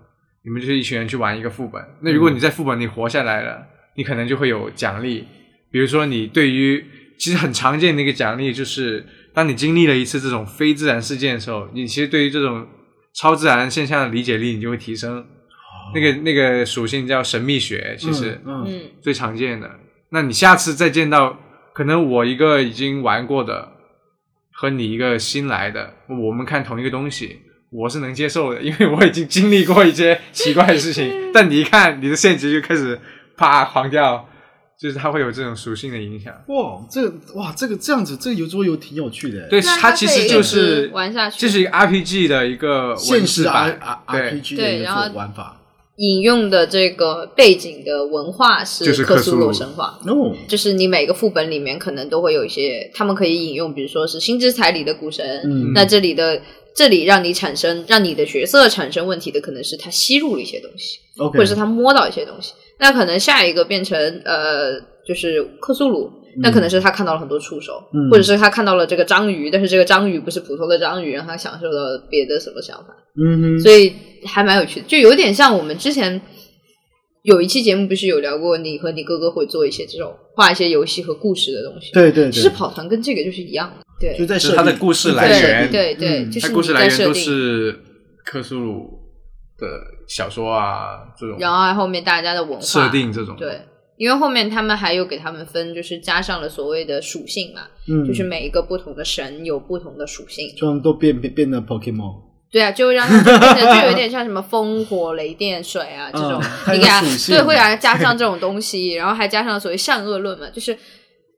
你们就是一群人去玩一个副本。那如果嗯你在副本你活下来了，你可能就会有奖励，比如说你对于其实很常见的一个奖励就是，当你经历了一次这种非自然事件的时候，你其实对于这种超自然现象的理解力你就会提升。那个那个属性叫神秘学，其实、嗯，嗯，最常见的。那你下次再见到，可能我一个已经玩过的和你一个新来的，我们看同一个东西，我是能接受的，因为我已经经历过一些奇怪的事 [laughs] 情。但你一看你的陷阱就开始啪狂掉，就是它会有这种属性的影响。哇，这个哇，这个这样子，这个游桌游挺有趣的，对，那它其实它就可以一是直玩下去就是一个 RPG 的一个文现实啊字版 R R 对 R P G 的对一个然后做玩法引用的这个背景的文化就是是克克苏苏鲁鲁神话。 ，no，就是你每个副本里面可能都会有一些，他们可以引用，比如说是星之彩里的古神，嗯那这里的这里让你产生让你的角色产生问题的，可能是他吸入了一些东西， ，OK，或者是他摸到一些东西。那可能下一个变成呃，就是克苏鲁，那可能是他看到了很多触手，嗯或者是他看到了这个章鱼，但是这个章鱼不是普通的章鱼，让他享受到了别的什么想法。嗯哼，所以还蛮有趣的，就有点像我们之前有一期节目不是有聊过，你和你哥哥会做一些这种画一些游戏和故事的东西。对对对，其实跑团跟这个就是一样的，就对在就是设它的定故事就在来设源定对对对，嗯就是它你故事在来源设都定。是克苏鲁的小说啊这种然后后面大家的文化设定这种，对，因为后面他们还有给他们分，就是加上了所谓的属性嘛，嗯，就是每一个不同的神有不同的属性。就都变变变成 Pokemon，对啊，就会让他们变得就有点像什么风火雷电水啊这种嗯，它你有给他属性对会给他加 [laughs] 上这种东西，然后还加上所谓善恶论嘛，就是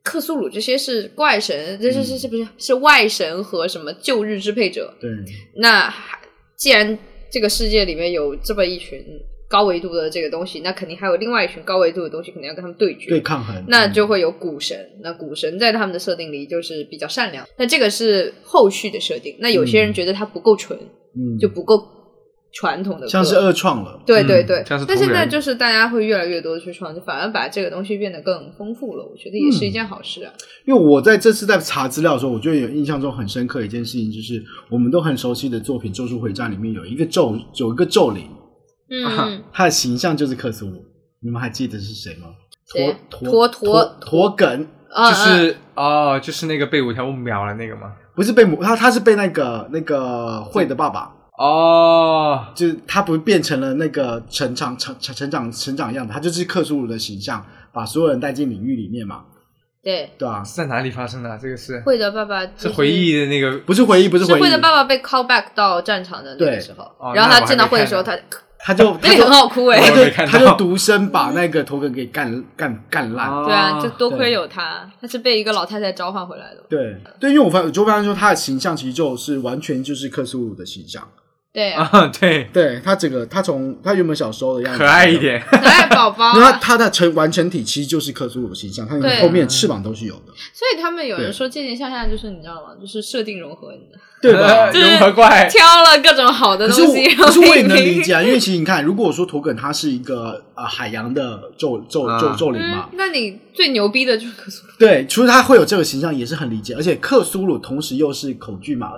克苏鲁这些是怪神，这是嗯是是不是是外神和什么旧日支配者？对，那还既然这个世界里面有这么一群高维度的这个东西，那肯定还有另外一群高维度的东西，肯定要跟他们对决。对抗衡，嗯那就会有古神。那古神在他们的设定里就是比较善良，那这个是后续的设定。那有些人觉得他不够纯，嗯，就不够传统的，像是二创了，呃对对对嗯，像是但同现在人就是大家会越来越多的去创，就反而把这个东西变得更丰富了，我觉得也是一件好事啊。因为我在这次在查资料的时候，我就有印象中很深刻一件事情，就是我们都很熟悉的作品《咒术回战》里面有一个咒，有一个咒灵，啊嗯，他的形象就是克苏鲁，你们还记得是谁吗？谁陀陀陀陀陀梗，啊就是哦，就是那个被五条悟秒了那个吗？不是被母他他是被那个那个惠的爸爸，哦，就是他不是变成了那个成长成成成长成长样子，他就是克苏鲁的形象，把所有人带进领域里面嘛，对，对吧、啊？是在哪里发生的啊？这个是惠的爸爸就是回。忆的那个不是回忆，不是是回忆，惠的爸爸被 call back 到战场的那个对时候哦，然后他那我还见到没惠的看时候，呢他他 [laughs] 就他那个很就好哭哎、他我没就看他到就独身把那个头梗给干干干烂。哦对啊，就多亏对有他，他是被一个老太太召唤回来的。对对，因为我发我就发现说他的形象其实就是完全就是克苏鲁的形象，对啊， [laughs] 啊，对，对他整个他从他原本小时候的样子可爱一，点，可爱宝宝然后啊、他的成完成体其实就是克苏鲁的形象，他对后面翅膀都是有的，所以他们有人对说渐渐向下就是你知道吗？就是设定融合，你的对 [laughs] 吧？就是融合怪，挑了各种好的可东是我西，可是我也能然后给你理解啊，因为其实你看，如果说土梗它是一个呃海洋的咒咒咒嗯咒灵嘛嗯，，那你最牛逼的就是克苏鲁，对，除了它会有这个形象也是很理解，而且克苏鲁同时又是恐惧嘛，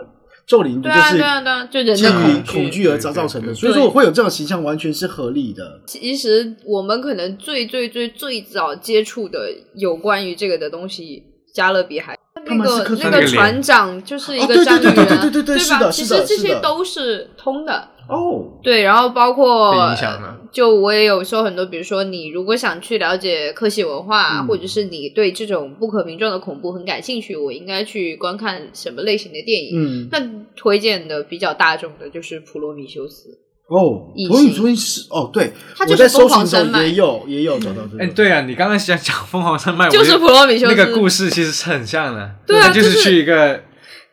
咒灵不对就啊，是对啊，对啊，就人基的于惧。恐惧而造造成的，对对对所以说我会有这种形象完全是合理的。其实我们可能最最最最早接触的有关于这个的东西，加勒比海他那们是个克苏鲁那个船长就是一个哦对对章鱼对对啊，对对对对是吧？的其是的实这是些的都是通的，哦，对。然后包括被影响了。就我也有说很多，比如说你如果想去了解科系文化，嗯或者是你对这种不可名状的恐怖很感兴趣，我应该去观看什么类型的电影？嗯，那推荐的比较大众的就是《普罗米修斯》，哦隐，形我有说是哦，对，它就我是在疯搜狂寻的时山候也脉，有也有找到这个，哎，对啊，你刚刚想讲凤凰山脉，我就是《普罗米修斯那》个故事其实是很像的，对啊它就就是去一个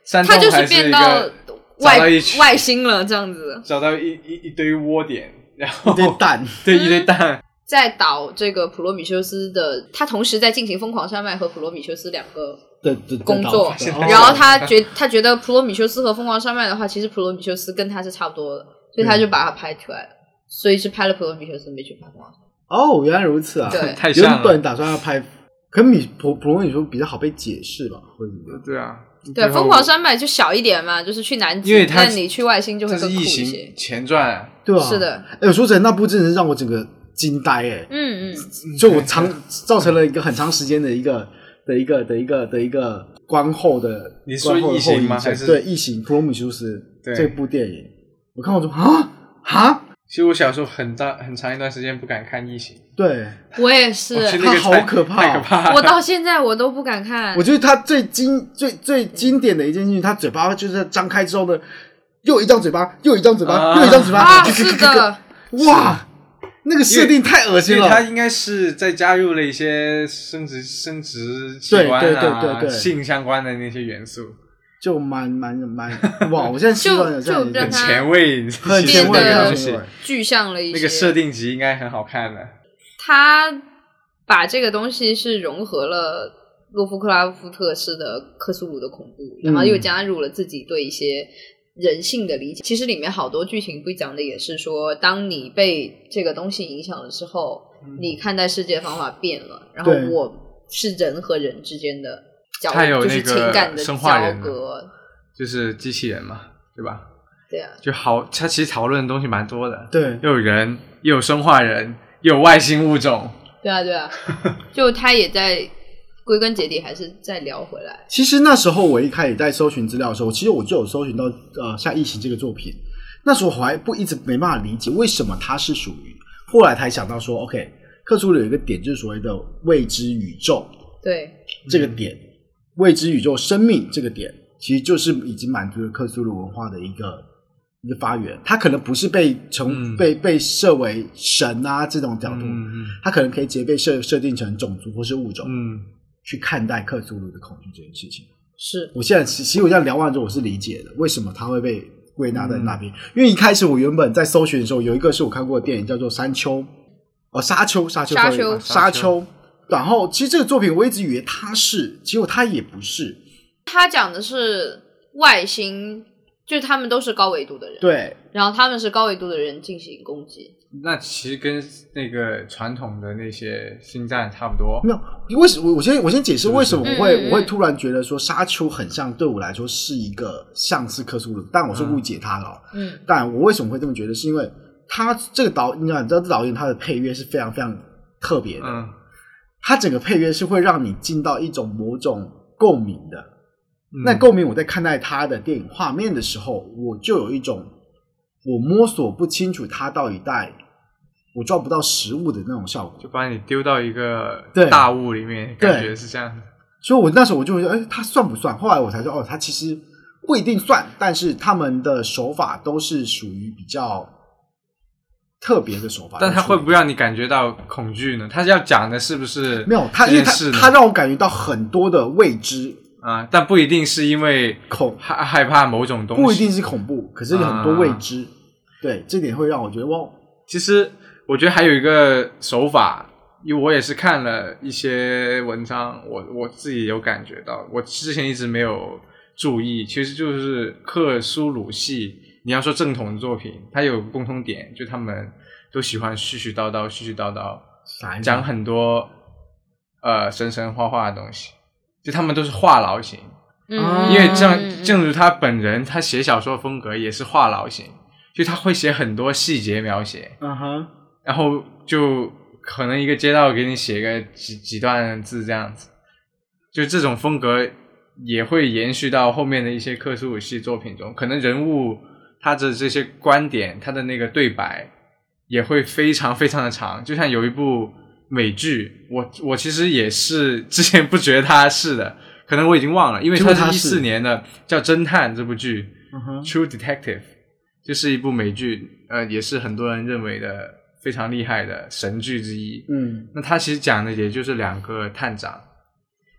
山他就洞是还是变一到个外找到一群外星了这样子。找到一一一堆窝点，然一后堆蛋， [laughs] 对一堆蛋，在导这个普罗米修斯的，他同时在进行《疯狂山脉》和《普罗米修斯》两个的的的工作岛，岛然后他哦觉他觉得《普罗米修斯》和《疯狂山脉》的话，其实《普罗米修斯》跟他是差不多的，所以他嗯就把它拍出来了，所以是拍了《普罗米修斯》，没去拍《疯狂山哦，原来如此啊，对太像原本了，打算要拍，可米普普罗米说比较好被解释吧，或者怎么样对啊，脉》。对，《疯狂山脉》就小一点嘛，就是去南极，因为它但你去外星就会这更是酷异一些形。前传，对啊，是。的，哎，我说真的，那部真的是让我整个惊呆哎、嗯嗯，就我长造成了一个很长时间的一个的一个的一个的一个观后的，你说观后的异形后遗吗症还是对异形普罗米修斯对这部电影？我看我说啊啊，其实我小时候很大很长一段时间不敢看异形，对，我也是，我觉得那个它好太可怕太可怕我了。到现在我都不敢看我。觉得他最经最最经典的一件事情，他嘴巴就是张开之后呢，又一张嘴巴，又一张嘴巴，啊又一张嘴巴，啊，咯咯咯是咯咯， [laughs] 的，哇，那个设定太恶因心为了，它应该是在加入了一些生殖生殖器官对对对对啊、对性相关的那些元素，就蛮蛮蛮哇！我现在习惯了就这样就让很它子，前卫，很其实前前卫，卫那很前个东的西卫。具象了一些。那个设定集应该很好看的。他把这个东西是融合了洛夫克拉夫特式的克苏鲁的恐怖，然后又加入了自己对一些人性的理解。其实里面好多剧情不讲的也是说，当你被这个东西影响了之后，你看待世界方法变了。然后对我是人和人之间的交，它有就是那个情感的生化交人隔。就是机器人嘛，对吧？对啊，就好，它其实讨论的东西蛮多的，对，又有人，又有生化人，又有外星物种，对啊，对啊，就他也在归根结底还是再聊回来。其实那时候我一开始在搜寻资料的时候，其实我就有搜寻到呃像《异形》这个作品，那时候我还不一直没办法理解为什么它是属于，后来才想到说，OK，克苏鲁有一个点就是所谓的未知宇宙对，这个点，未知宇宙生命这个点，其实就是已经满足了克苏鲁文化的一个一个发源，它可能不是被成、嗯被被设为神啊这种角度，嗯它可能可以直接被设设定成种族或是物种。嗯，去看待克苏鲁的恐惧这件事情。是我现在其其实我这样聊完之后，我是理解的，为什么它会被归纳在那边。因为一开始我原本在搜寻的时候，有一个是我看过的电影叫做《山丘》，哦，沙丘，沙丘沙 sorry，啊丘沙丘。然后其实这个作品我一直以为它是，结果它也不是。他讲的是外星，就是他们都是高维度的人，，对，然后他们是高维度的人进行攻击，那其实跟那个传统的那些星战差不多没，有，为什我我先我先解释是不是为什么我会嗯嗯嗯我会突然觉得说沙丘很像，对我来说是一个像是克苏鲁，但我是误解它了哦。嗯，但我为什么会这么觉得，是因为他这个导，你知道，你知道这导演他的配乐是非常非常特别的，嗯，他整个配乐是会让你进到一种某种共鸣的。嗯那共鸣，我在看待他的电影画面的时候，我就有一种我摸索不清楚他到底在，我抓不到实物的那种效果。就把你丢到一个对大雾里面，对感觉是这样的。所以我那时候我就会说，哎，他算不算？后来我才知道，哦，他其实不一定算，但是他们的手法都是属于比较特别的手法。但它就是会不会让你感觉到恐惧呢？它要讲的是不是没有他，因为这件他事呢他让我感觉到很多的未知，啊，但不一定是因为恐害害怕某种东西，啊不一定是恐怖，可是有很多未知。对，这点会让我觉得哇，其实我觉得还有一个手法，因为我也是看了一些文章，我我自己有感觉到，我之前一直没有注意，其实就是克苏鲁系。你要说正统的作品，它有共通点，就他们都喜欢絮絮叨叨、絮絮叨叨，啥意思讲很多呃神神画画的东西，就他们都是话痨型，嗯因为正嗯嗯正如他本人，他写小说风格也是话痨型，就他会写很多细节描写，嗯哼，然后就可能一个街道给你写个几几段字这样子，就这种风格也会延续到后面的一些克苏鲁系作品中，可能人物他的这些观点，他的那个对白也会非常非常的长，就像有一部美剧，我我其实也是之前不觉得它是的，可能我已经忘了，因为结果它它是一是四年的叫《侦探》这部剧，嗯哼， True Detective，就是一部美剧，呃，也是很多人认为的非常厉害的神剧之一。嗯那它其实讲的也就是两个探长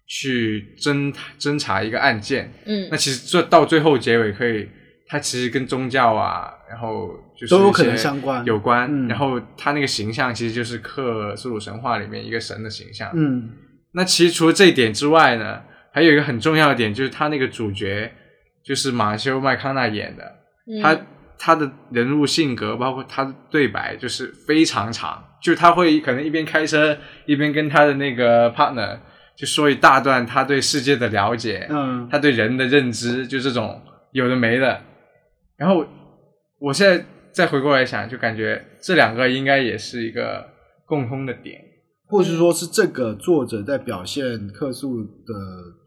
去侦侦查一个案件，嗯那其实这到最后结尾可以，它其实跟宗教啊，然后就是都有可一些能相关有关。嗯然后它那个形象其实就是克苏鲁神话里面一个神的形象。嗯，那其实除了这一点之外呢，还有一个很重要的点就是他那个主角就是马修麦康纳演的，嗯嗯他嗯他的人物性格，包括他的对白，就是非常长，就他会可能一边开车一边跟他的那个 partner 就说一大段他对世界的了解，嗯，他对人的认知，就这种有的没的。然后我现在再回过来想，就感觉这两个应该也是一个共通的点，或者是说是这个作者在表现克数的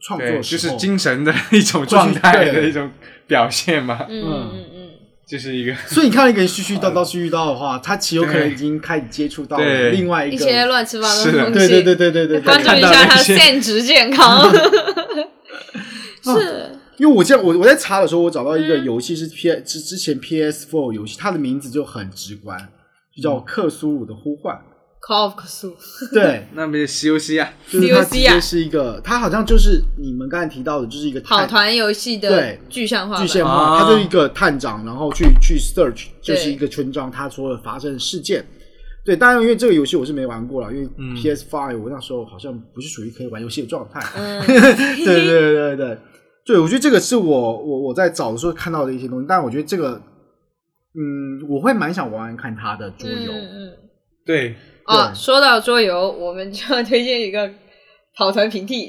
创对，作就时是候，精神的一种状态对的一种表现嘛，嗯嗯嗯就是一个所以你看到一个人絮絮叨叨、絮絮叨的话，他其实有可能已经开始接触到 [laughs] 对另外嗯，一一个，些乱七八糟是的的东西，对对对对对对，关注一下他的现职健康。是，因为我这样，我我在查的时候，我找到一个游戏是 P 之之前 PS4 游戏，它的名字就很直观，就嗯叫《克苏鲁的呼唤》。 Call of c t h u 对，那不就 COC 啊，就是它 COC 直接是一个，它好像就是你们刚才提到的，就是一个跑探团游戏的哎对具象化巨版，蟹啊化，它就是一个探长，然后去去 search，就是一个村庄，他所有发生的事件。对，当然因为这个游戏我是没玩过了，因为嗯 PS Five 我那时候好像不是属于可以玩游戏的状态。嗯，对对对对对，对我觉得这个是我我我在找的时候看到的一些东西，但我觉得这个，嗯，我会蛮想玩玩看它的桌游。嗯嗯。对，哦，对说到桌游，我们就要推荐一个跑团平 [laughs] 替，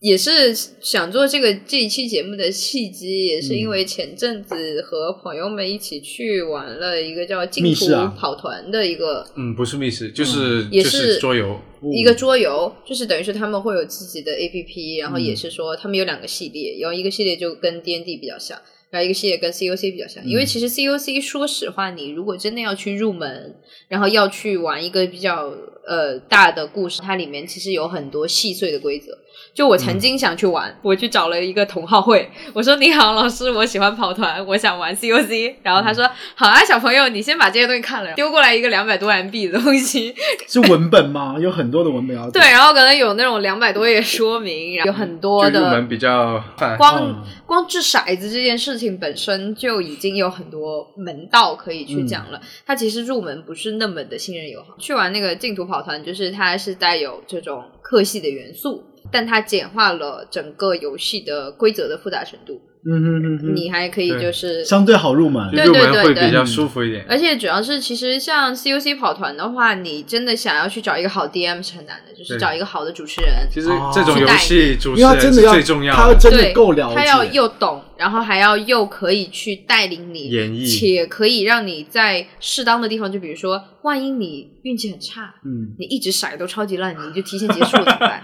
也是想做这个这一期节目的契机，也是因嗯为前阵子和朋友们一起去玩了一个叫密净室土啊跑团的一个、嗯，不是密室，就是、嗯也就是桌游，一个桌游，就是等于是他们会有自己的 APP，然后也是说他们有两个系列，然后一个系列就跟 D N D 比较像，然后一个系列跟 COC 比较像。因为其实 COC 说实话，你如果真的要去入门，然后要去玩一个比较呃大的故事，它里面其实有很多细碎的规则。就我曾经想去玩，我去找了一个同好会，我说：“你好，老师，我喜欢跑团，我想玩 COC。”然后他说：“好啊，小朋友，你先把这些东西看了。”丢过来一个两百多 MB 的东西，是文本吗？有很多的文本要对，然后可能有那种两百多页说明，然后有很多就入的门比较泛。光嗯光掷骰子这件事情本身就已经有很多门道可以去嗯讲了。它其实入门不是那么的信任友好。去玩那个净土跑团，就是它是带有这种克系的元素，但它简化了整个游戏的规则的复杂程度。嗯哼哼哼，你还可以对就是相对好入门就。对入对对门会对嗯比较舒服一点。而且主要是，其实像 CUC 跑团的话，你真的想要去找一个好 DM 是很难的，就是对找一个好的主持人，其实哦这种游戏因主为持他人真的是要，最重他要要的，真对，的够了解，他要又懂，然后还要又可以去带领你演绎且可以让你在适当的地方，就比如说，万一你运气很差，嗯，你一直骰都超级烂，你就提前结束了怎么 [laughs] 办？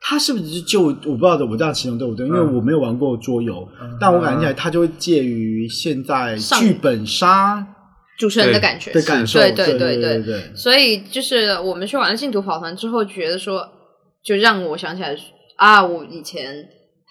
他是不是就我不知道我这样形容对不对？因为嗯我没有玩过桌游，但我感觉它就会介于现在上剧本杀主持人的感觉的感受，对对对对对。对，所以就是我们去玩了信徒跑团之后，觉得说，就让我想起来啊，我以前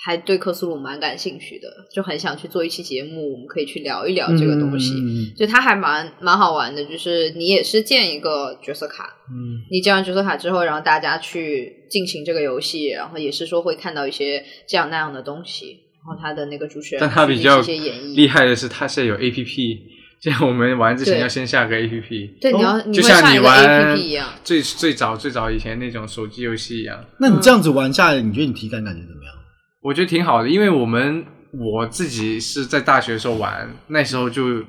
还对克苏鲁蛮感兴趣的，就很想去做一期节目，我们可以去聊一聊这个东西。嗯就它还蛮蛮好玩的，就是你也是建一个角色卡，嗯，你建完角色卡之后，然后大家去进行这个游戏，然后也是说会看到一些这样那样的东西，然后它的那个主持人但它去进比行较一些演绎，厉害的是，它是有 A P P，像我们玩之前对要先下个 A P P，对，你要、你哦就会像上你一个 A P 玩 P 一样。最最早最早以前那种手机游戏一样，那你这样子玩下来，你觉得你体感感觉怎么样？我觉得挺好的，因为我们我自己是在大学的时候玩，那时候就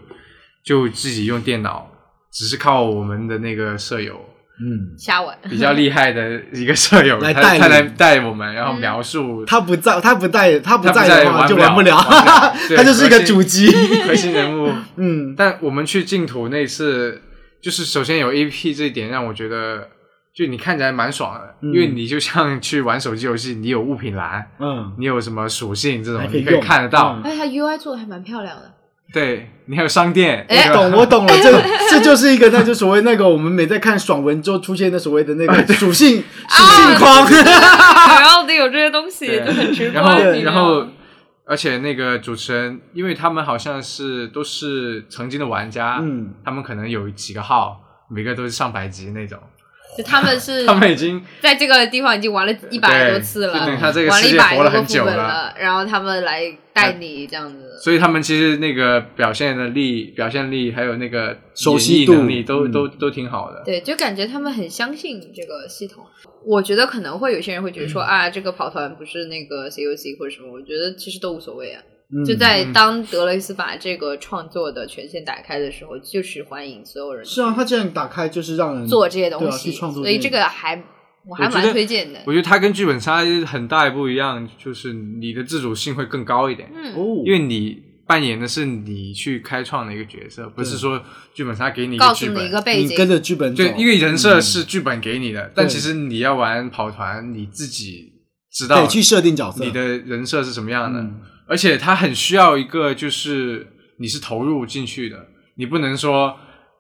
就自己用电脑，只是靠我们的那个舍友，嗯，瞎玩， [laughs] 比较厉害的一个舍友，来他带他你来带我们，然后描述他不在，他不在，他不他不在在的话玩就不玩了不了，玩不 [laughs] 了对他就是一个核心主机。 [laughs] 核心人物。嗯，但我们去净土那次，就是首先有 A P 这一点让我觉得，就你看起来蛮爽的，嗯因为你就像去玩手机游戏，你有物品栏，嗯，你有什么属性这种还，可以你可以用看得到。嗯哎，它 U I 做的还蛮漂亮 [laughs] 的。对你还有商店，哎对吧懂我懂了，这这就是一个那就所谓那个我们每在看爽文之后出现的所谓的那 [laughs] 个属性啊属性框。 [laughs] 不要的有这些东西对，就很直观。然后对你知道然吗后，而且那个主持人，因为他们好像是都是曾经的玩家，嗯，他们可能有几个号，每个都是上百级那种，就他们是 [laughs] 他们已经在这个地方已经玩了一百多次对，就等于了，他这个玩世一界百活多了个很副久本了，然后他们来带你这样子。所以他们其实那个表现的力、表现力，还有那个熟演悉绎度能力都，嗯都都挺好的。对，就感觉他们很相信这个系统。我觉得可能会有些人会嗯觉得说、啊，这个跑团不是那个 COC 或者什么，我觉得其实都无所谓啊。嗯就在嗯当德雷斯把这个创作的权限打开的时候，就是欢迎所有人是啊，他这样打开就是让人做这些东对啊西，去创作所以这这些个还我还我觉蛮得推荐的。我觉得它跟剧本杀很大一步一样，就是你的自主性会更高一点，嗯，哦，因为你扮演的是你去开创的一个角色，不是说剧本杀给你一告个诉剧你本一。个嗯背你跟景，着剧本走，对，因为人设是剧本给你的，但对其实你要玩跑团，你自己知道得嗯去设定角色，你的人设是什么样的，嗯而且它很需要一个就是你是投入进去的，你不能说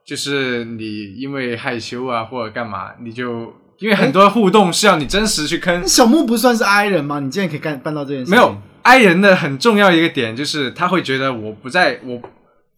就是你因为害羞啊或者干嘛，你就因为很多互动是要你真实去坑那，小木不算是 I 人吗？你竟然可以干办到这件事情？没有，哀人的很重要一个点就是他会觉得我不在我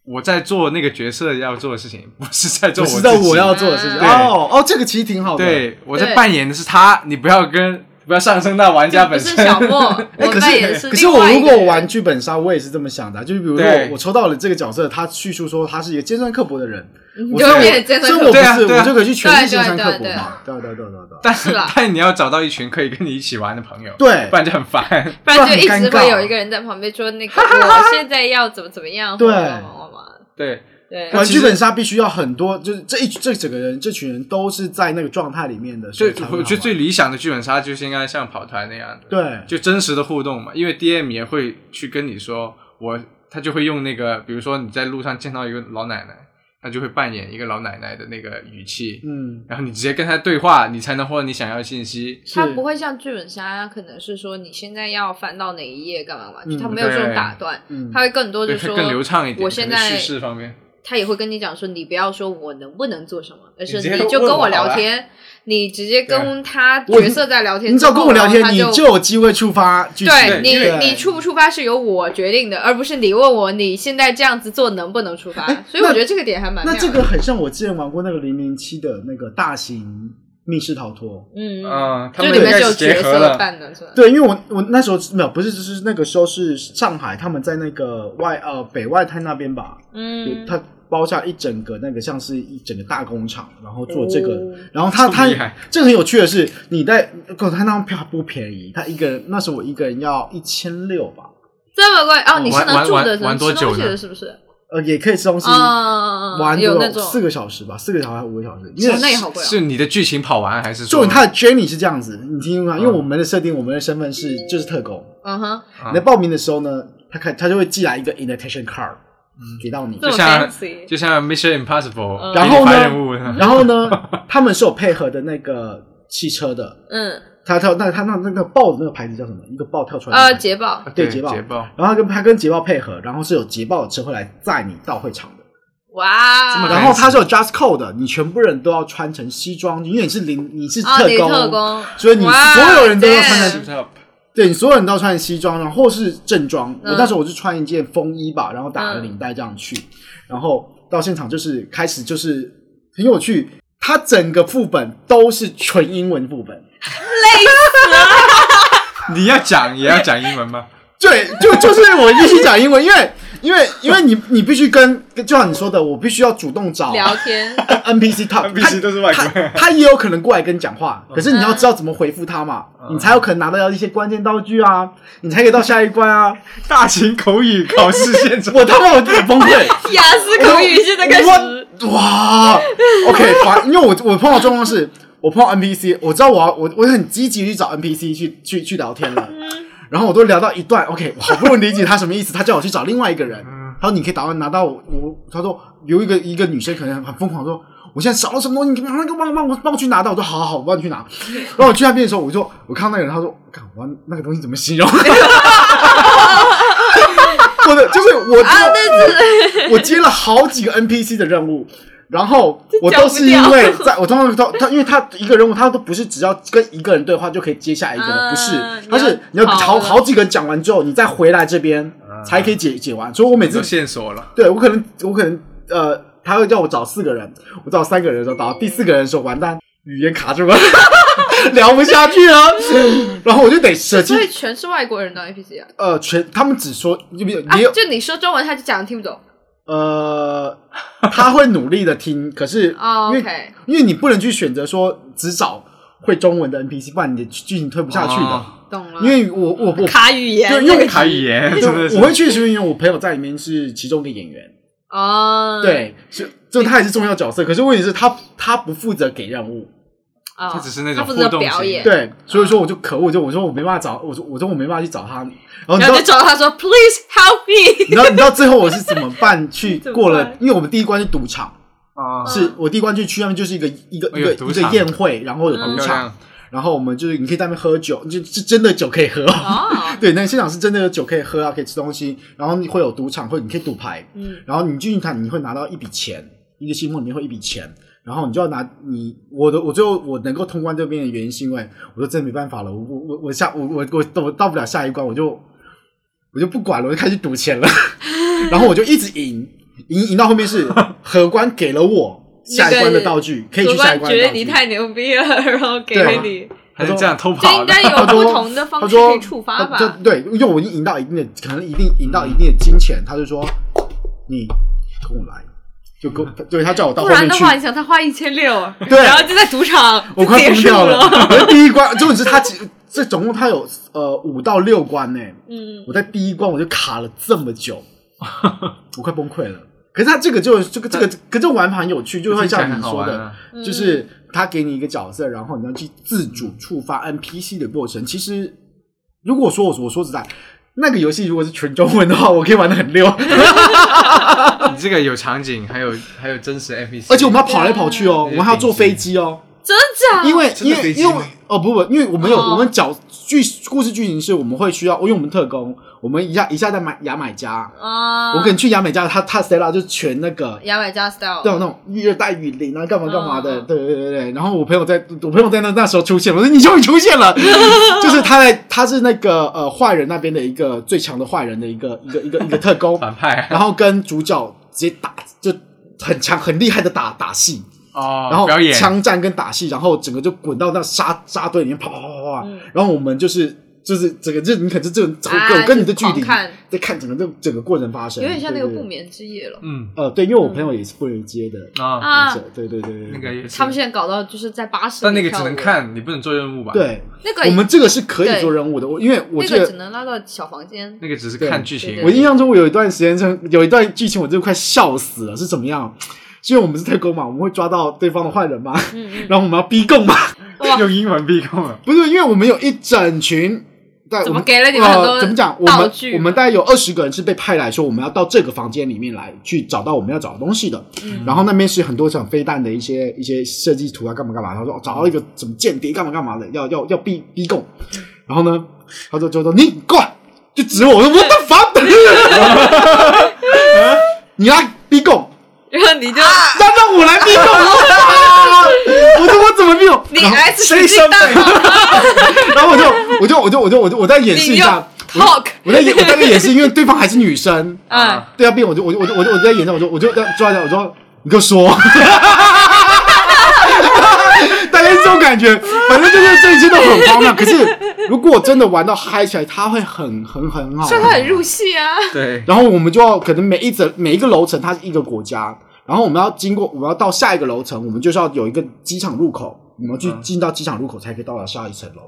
我在做那个角色要做的事情，不是在做我我知道自己我要做的事情。对哦哦，这个其实挺好的。，对我在对扮演的是他，你不要跟不要上升到玩家不本是身。[laughs] 小莫，哎，我可扮演是可是另我外一如个果人我玩剧本杀，我也是这么想的啊，就是比如说对我我抽到了这个角色，他叙述说他是一个尖酸刻薄的人，你我就说我变真所以的我不对啊是，对我啊就可以去诠释对尖酸对刻薄对嘛。对对对对对。 [laughs] 但是啦但你要找到一群可以跟你一起玩的朋友，对 [laughs] 不然就 [laughs] 很烦。不然就一不然很直尴尬会有一个人在旁边说 [laughs] 那个我现在要怎么怎么样，对或者干嘛干嘛对，对，玩其实剧本杀必须要很多，就是这一这整个人这群人都是在那个状态里面的，所最以才会我好觉得玩最理想的剧本杀就是应该像跑团那样的，对就真实的互动嘛。因为 DM 也会去跟你说，我他就会用那个，比如说你在路上见到一个老奶奶，他就会扮演一个老奶奶的那个语气，嗯然后你直接跟他对话，你才能获得你想要的信息。他是不会像剧本杀，可能是说你现在要翻到哪一页干嘛干嘛，嗯就他没有这种对打断，嗯他，会更多对，就它说更流畅一点。我现可能在叙事方面，他也会跟你讲说，你不要说我能不能做什么，而是你直接你就问跟我好聊了天，你直接跟他我角色在聊天你只之要后，跟我聊天然，后他你就就有机会触发剧情。对因为你你触不触发是由我决定的，而不是你问我你现在这样子做能不能触发哎，所以我那觉得这个点还蛮妙那的。这个很像我之前玩过那个零零七的那个大型密室逃脱。嗯，嗯嗯，他就里们应面该是有是角结合色了，扮的是吧？对，因为我我那时候没有，不是，就是那个时候是上海，他们在那个外呃北外滩那边吧，有嗯，他包下一整个那个像是一整个大工厂，然后做这个，哦然后他这么他厉害这个很有趣的是，你在可他那张票不便宜，他一个人那时候我一个人要一千六吧，这么贵哦，你是玩能玩住的，玩能吃玩多久东西呢的，是不是？呃也可以吃东西，啊，玩有个那种四个小时吧，四个小时还是五个小时，因哦为那也好贵啊。是你的剧情跑完还是就说他的 journey 是这样子，你听吗？因为嗯我们的设定，我们的身份是就是特工，嗯哼，嗯你在报名的时候呢，他开他就会寄来一个 invitation card 给到你，这么像 fancy，就像 Mission Impossible，嗯然后给你发呢任务，然后呢，他们是有配合的那个汽车的，嗯，他跳那他那那个豹的那个牌子叫什么？一个豹跳出来的呃，牌子捷 [laughs] 豹，对捷捷豹，豹然后他跟他跟捷豹配合，然后是有捷豹的车会来载你到会场的。哇，哦这么然后他是有 dress code 的，你全部人都要穿成西装，因为你是零，你是啊，特你工，特工，所以你哇所有人都要穿对成 Suit up 对你所有人都穿西装，然后或是正装。嗯我那时候我就穿一件风衣吧，然后打了领带这样去，然后到现场就是开始就是很有趣，它整个副本都是纯英文副本。你要讲也要讲英文吗？对，就就是我一起讲英文，因为因为因为你你必须跟就像你说的，我必须要主动找 [laughs] 聊天， NPC talk， NPC 都是外国 [laughs] 他人他他也有可能过来跟你讲话，可是你要知道怎么回复他嘛，你才有可能拿到一些关键道具啊，你才可以到下一关啊。大型口语考试现 [laughs] 场，我他妈我自己崩溃，雅思口语现在开始。哎我哇，OK，反 [laughs] 因为我我碰到状况是，我碰到 NPC，我知道我要我我很积极去找 NPC 去去去聊天了，嗯然后我都聊到一段，OK，我好不容易理解他什么意思，他叫我去找另外一个人，他说你可以打算拿到我，我他说有一个一个女生可能很疯狂说。我现在少了什么东西，你马上给我帮我帮我帮我去拿到。我说好好好，我帮你去拿。然后我去那边的时候，我就我看到那个人，他说：“看我那个东西怎么形容？” [laughs] 我的就是我啊，但是我接了好几个 NPC 的任务，然后我这都讲不是掉因为在我通常都他，因为他一个任务他都不是只要跟一个人对话就可以接下一个的，嗯不是你，他是你要要好跑了好几个讲完之后，你再回来这边才可以解解完。所以我每有次线索了，对我可能我可能呃，他会叫我找四个人，我找三个人的时候，找到第四个人的时候，完蛋，语言卡住了， [laughs] 聊不下去了， [laughs] 然后我就得舍弃所。以全是外国人的 NPC 啊，呃，全他们只说也有啊也有、就你说中文他就讲听不懂呃，他会努力的听，可是哦因为、 OK 因为你不能去选择说只找会中文的 NPC，不然你的剧情推不下去的。哦懂了，因为我我我卡语言就因为卡语言真的是哎我会去，是因为我朋友在里面是其中一个演员，哦，对，是就他也是重要角色，可是问题是他他不负责给任务，哦，他只是那他种负互责动型表演，，对，所以说我就可恶，就我说我没办法找，我说我说我没办法去找他，然后你知然后 [laughs] 道就找他说 Please help me，你知道你知道最后我是怎么办去 [laughs] 怎么过了办，嗯因为我们第一关是赌场。啊，是我第一关去去那边就是一个一个哎一呦个赌一个场宴会，然后有赌漂嗯场，亮，然后我们就是你可以在那边喝酒，就是真的酒可以喝。 [laughs] 啊哦，对，那个现场是真的有酒可以喝啊，可以吃东西，然后你会有赌场，会你可以赌牌，嗯，然后你进去看，你会拿到一笔钱，一个信封里面会一笔钱，然后你就要拿你我的我最后我能够通关这边的原因是因为我说真的没办法了，我我我我下我我我我到不了下一关，我就我就不管了，我就开始赌钱了， [laughs] 然后我就一直赢，赢赢到后面 [laughs] 是荷官给了我下一关的道具，可以主去下一管关觉的得道你具。太牛逼了，然后给对了啊你，还是这样偷就应跑的该，有他不说同的方啊他式可说以触发就吧，对，因为我已经赢到一定的，可能一定赢到一定的金钱，他就说你跟我来，就跟我对他叫我到不后面去。然的话，你想他花一千六，对然后就在赌场我快结疯束掉了。我在第一关， [laughs] 重点是他其这总共他有呃五到六关呢、嗯，我在第一关我就卡了这么久，我快崩溃了。可是他这个就这个这个，可这个玩法很有趣，就会像你说听起来很好玩的啊，就是他给你一个角色，然后你要去自主触发 NPC 的过程。其实如果说我我说实在，那个游戏如果是全中文的话，我可以玩的很溜， [laughs] 你这个有场景，还有还有真实 NPC，而且我们要跑来跑去哦，我们还要坐飞机哦。真假？因为真因的为飞机因为吗哦不不，因为我们有、哦我们角剧故事剧情是我们会需要，因为我们特工，我们一下一下在买牙买加，啊，我可能去牙买加，他他 Stella 就全那个。牙买加 style，那种那种热带雨林啊，干嘛干嘛的，嗯对对对对。然后我朋友在，我朋友在那那时候出现，我说你终于出现了，就是他在他是那个呃坏人那边的一个最强的坏人的一个一个一个一个特 [laughs] 工，反派啊 [laughs] 然后跟主角直接打就很强很厉害的打打戏，哦，然后表演枪战跟打戏，然后整个就滚到那沙沙堆里面，啪啪啪啪啪。嗯然后我们就是就是整个就你可能这种整啊个我跟你的距离就狂看在看整个这整个过程发生，有点像那个不对。对对眠之夜了。嗯呃，对，因为我朋友也是不能接的，啊，啊，对对对对对，那个也是他们现在搞到就是在巴士，但那个只能，看，你不能做任务吧？，对，那个我们这个是可以做任务的。我因为我嗯那这个只个能拉到小房间，那个只是对看剧情对。我印象中，我有一段时间真有一段剧情，我真的快笑死了，是怎么样？是因为我们是特工嘛，我们会抓到对方的坏人嘛，嗯然后我们要逼供嘛， [laughs] 哇 [laughs] 用英文逼供了，不是，因为我们有一整群。对，怎么我们给了你们很多呃、怎么讲？我道们具我们大概有二十个人是被派来说，我们要到这个房间里面来去找到我们要找的东西的。嗯然后那边是很多像飞弹的一些一些设计图啊，干嘛干嘛。他说哦找到一个什么间谍，干嘛干嘛的，要要要逼逼供。然后呢，他就就说你过来，就指我，我说我的房， [laughs] 你来逼供，啊然后你就那让我来逼供，我说我怎么 [laughs] view，你然后 S say 是知道 something，然 [laughs] 后我就我就我就我就我就我再演示一下，你用 talk 我在演我在演 [laughs] 示，因为对方还是女生，嗯，对啊，变我就我就我就我就我就在演上，我就我就抓着我说你给我 [laughs] 说，大概是这种感觉，反正就是这一切都很荒谬。可是如果真的玩到嗨起来，它会很很很好玩，说他很入戏啊。对，然后我们就要可能每一层每一个楼层它是一个国家，然后我们要经过，我们要到下一个楼层，我们就是要有一个机场入口，我们要去嗯进到机场入口才可以到达下一层楼。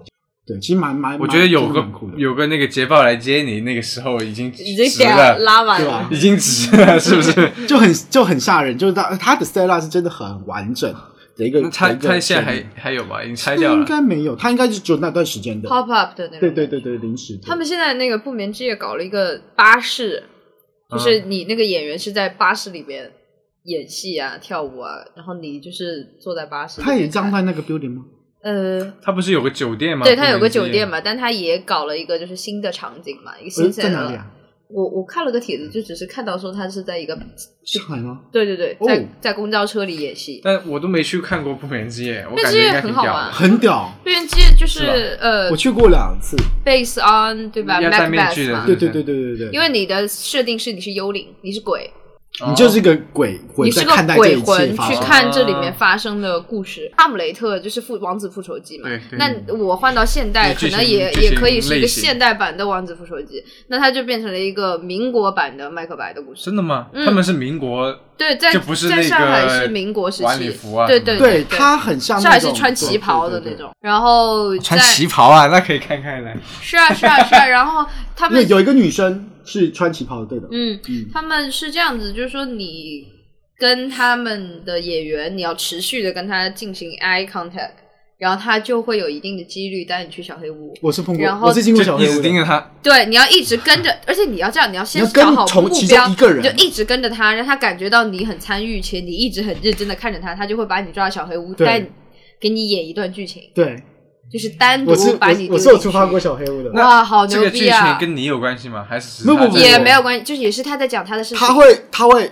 对，其实蛮蛮，我觉得蛮有真的个蛮酷的，有个那个捷豹来接你，那个时候已经已经值给了，拉满对了吧，已经值了，是不是？就很就很吓人，就是它它的 s t e l a 是真的很完整的一个。那他嗯的一个他现在设还定还有吧？已经拆掉应了。该没有，它应该是只有那段时间的。 pop up 的那种。对对对对，临时的。他们现在那个不眠之夜搞了一个巴士，啊就是你那个演员是在巴士里边演戏啊、跳舞啊，然后你就是坐在巴士里面看。他也装在那个 building 吗？呃，他不是有个酒店吗？对他有个不能酒接店嘛，但他也搞了一个就是新的场景嘛，一个呃新在鲜哪里的。啊？我我看了个帖子，就只是看到说他是在一个，上海吗？对对对，嗯哦在在公交车里演戏。但我都没去看过不眠之夜，我不眠感之觉夜应该挺很好啊屌玩的。很屌，不眠之夜就是吧呃我去过两次。 ，based on 对吧要戴面？Macbeth 具的嘛对，对对对对对，因为你的设定是你是幽灵，你是鬼，你就是哦个鬼魂你是在个看待这鬼一切魂发去生。啊看这里面发生的故事。哈姆雷特就是复王子复仇记嘛对对，那我换到现代，嗯可能也剧情也可以是一类个型现代版的王子复仇记，那它就变成了一个民国版的麦克白的故事。真的吗？嗯他们是民国对，在就不是那在个上海是民国时晚礼期，服啊对什么的对对，对他很像那上海种是穿旗袍的那。种，然后在穿旗袍啊，那可以看 [laughs] 看嘞。是啊是啊是啊，然后他对对对对 [laughs] 们那有一个女生是穿旗袍的，对的。嗯，嗯，他们是这样子，就是说你跟他们的演员，你要持续的跟他进行 eye contact，然后他就会有一定的几率带你去小黑屋。我是碰过然，后我是经过小就一黑屋直盯的。着他，对，你要一直跟 [laughs] 着，而且你要这样，你要先你要跟找好从目其中标，一个人你就一直跟着他，让他感觉到你很参与，且你一直很认真的看着他，他就会把你抓到小黑屋，对带你给你演一段剧情，对，就是单我是嗯独把你我丢我是有进出发去过小黑屋的。哇，好这牛个剧逼情啊！跟你有关系吗？还是只是不不他不在也没有关系，就是也是他在讲他的事情，他会，他会，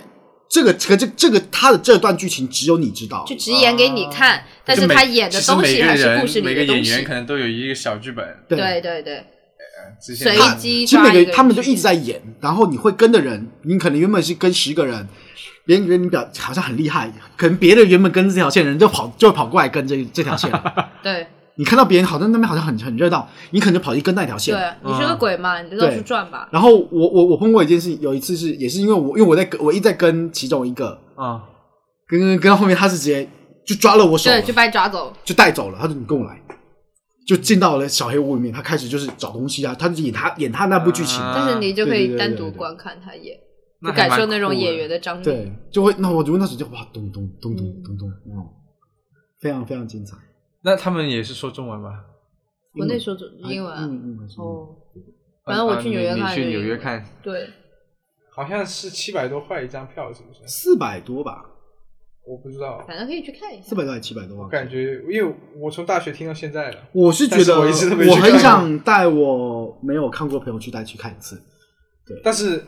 这个这个这这个他的这段剧情只有你知道就。只演给你看，但啊就是每他演的其实东每西个还是人故事里每个的东演员西可。能都有一个小剧本。对对对，之前随看机其实抓每一个他们就一直在演，然后你会跟的人，你可能原本是跟十个人，别人以为你表好像很厉害，可能别的原本跟这条线的人就跑就跑过来跟这这条线了， [laughs] 对你看到别人好像那边好像很很热闹，你可能就跑去跟那条线，对，你嗯是个鬼嘛，你就到处转吧。然后我我我碰过一件事情，有一次是也是因为我因为我在跟我一直在跟其中一个啊，跟跟跟到后面，他是直接就抓了我手，对，就把你抓走。就带走了。他说你跟我来，就进到了小黑屋里面，他开始就是找东西啊，他就演他演他那部剧情，啊但是你就嗯可对对对以对单对独对观看他演，那就还感蛮受那种酷的演员的张力。对，就会那我就问那时间哇咚咚咚咚咚咚，哇，非常非常精彩。那他们也是说中文吗？我那时候就英文嗯啊嗯，哦，反正我去纽约啊你看你去就纽英约文看，对，好像是七百多块一张票，是不是？四百多吧，我不知道，反正可以去看一下四。百多还是七百多我忘记了感觉因为我从大学听到现在了。我是觉但得是我一直都没去我看很过想带我没有看过朋友去带去看一次，但是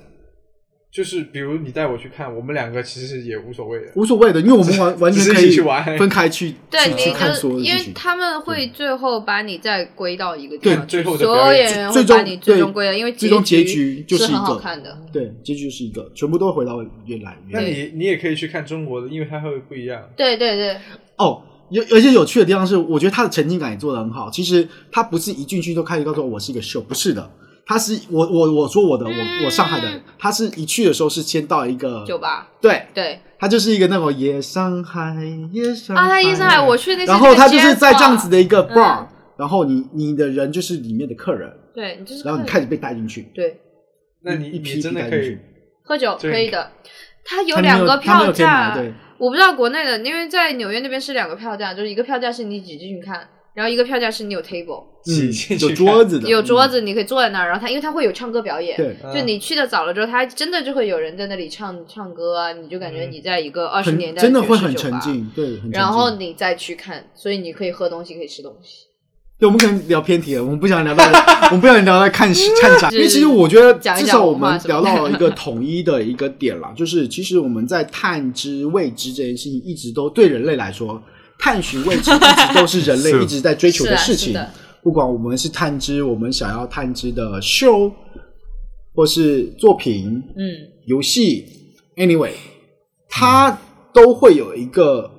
就是比如你带我去看，我们两个其实也无所谓的。无所谓的，因为我们完完全可只是一以起玩分开去对，去去你看就所有的因剧为情。他们会最后把你再归到一个地对方去，最后的所表有演演员最会终把你最对终归到，因为最终结局局就是很一好个看的。对，结局就是一个，全部都回到原来那原来。你你也可以去看中国的，因为它会不一样。对对对，哦，有而且有趣的地方是，我觉得他的沉浸感也做得很好。其实他不是一进去就开始告诉我我是一个 show，不是的，他是我我我说我的我我上海的嗯，他是一去的时候是先到一个酒吧，对，对他就是一个那种夜上海夜上啊，他一上海我去那些，然后他就是在这样子。的一个嗯 bar，、然后你你的人就是里面的客人，对，你就是然后你看开始被带进去，对，那一你一批你真的可以，喝酒对可以的。它有他没两他个没票有可以买价，对，我不知道国内的，因为在纽约那边是两个票价，就是一个票价是你挤进去看，然后一个票价是你有 table，挤嗯进，去有桌子的，有桌子嗯，你可以坐在那儿，然后它因为它会有唱歌表演。对，嗯就你去的早了之后，它真的就会有人在那里唱唱歌啊，你就感觉嗯你在一个二十很年代真的爵会士很酒沉吧，浸，对，很沉然后浸你再去看，所以你可以喝东西，可以吃东西。对，我们可能聊偏题了，我们不想聊到， [laughs] 我们不想聊到看戏看啥，是因为其实我觉得讲一至讲少我文化们什聊么到了一个统一的一个点啦，就是其实我们在探知未知这件事情，一直都对人类来说，探寻未知一直都是人类是一直在追求是啊事是情的。不管我们是探知我们想要探知的 show，或是作品、嗯，游戏，anyway，它都会有一个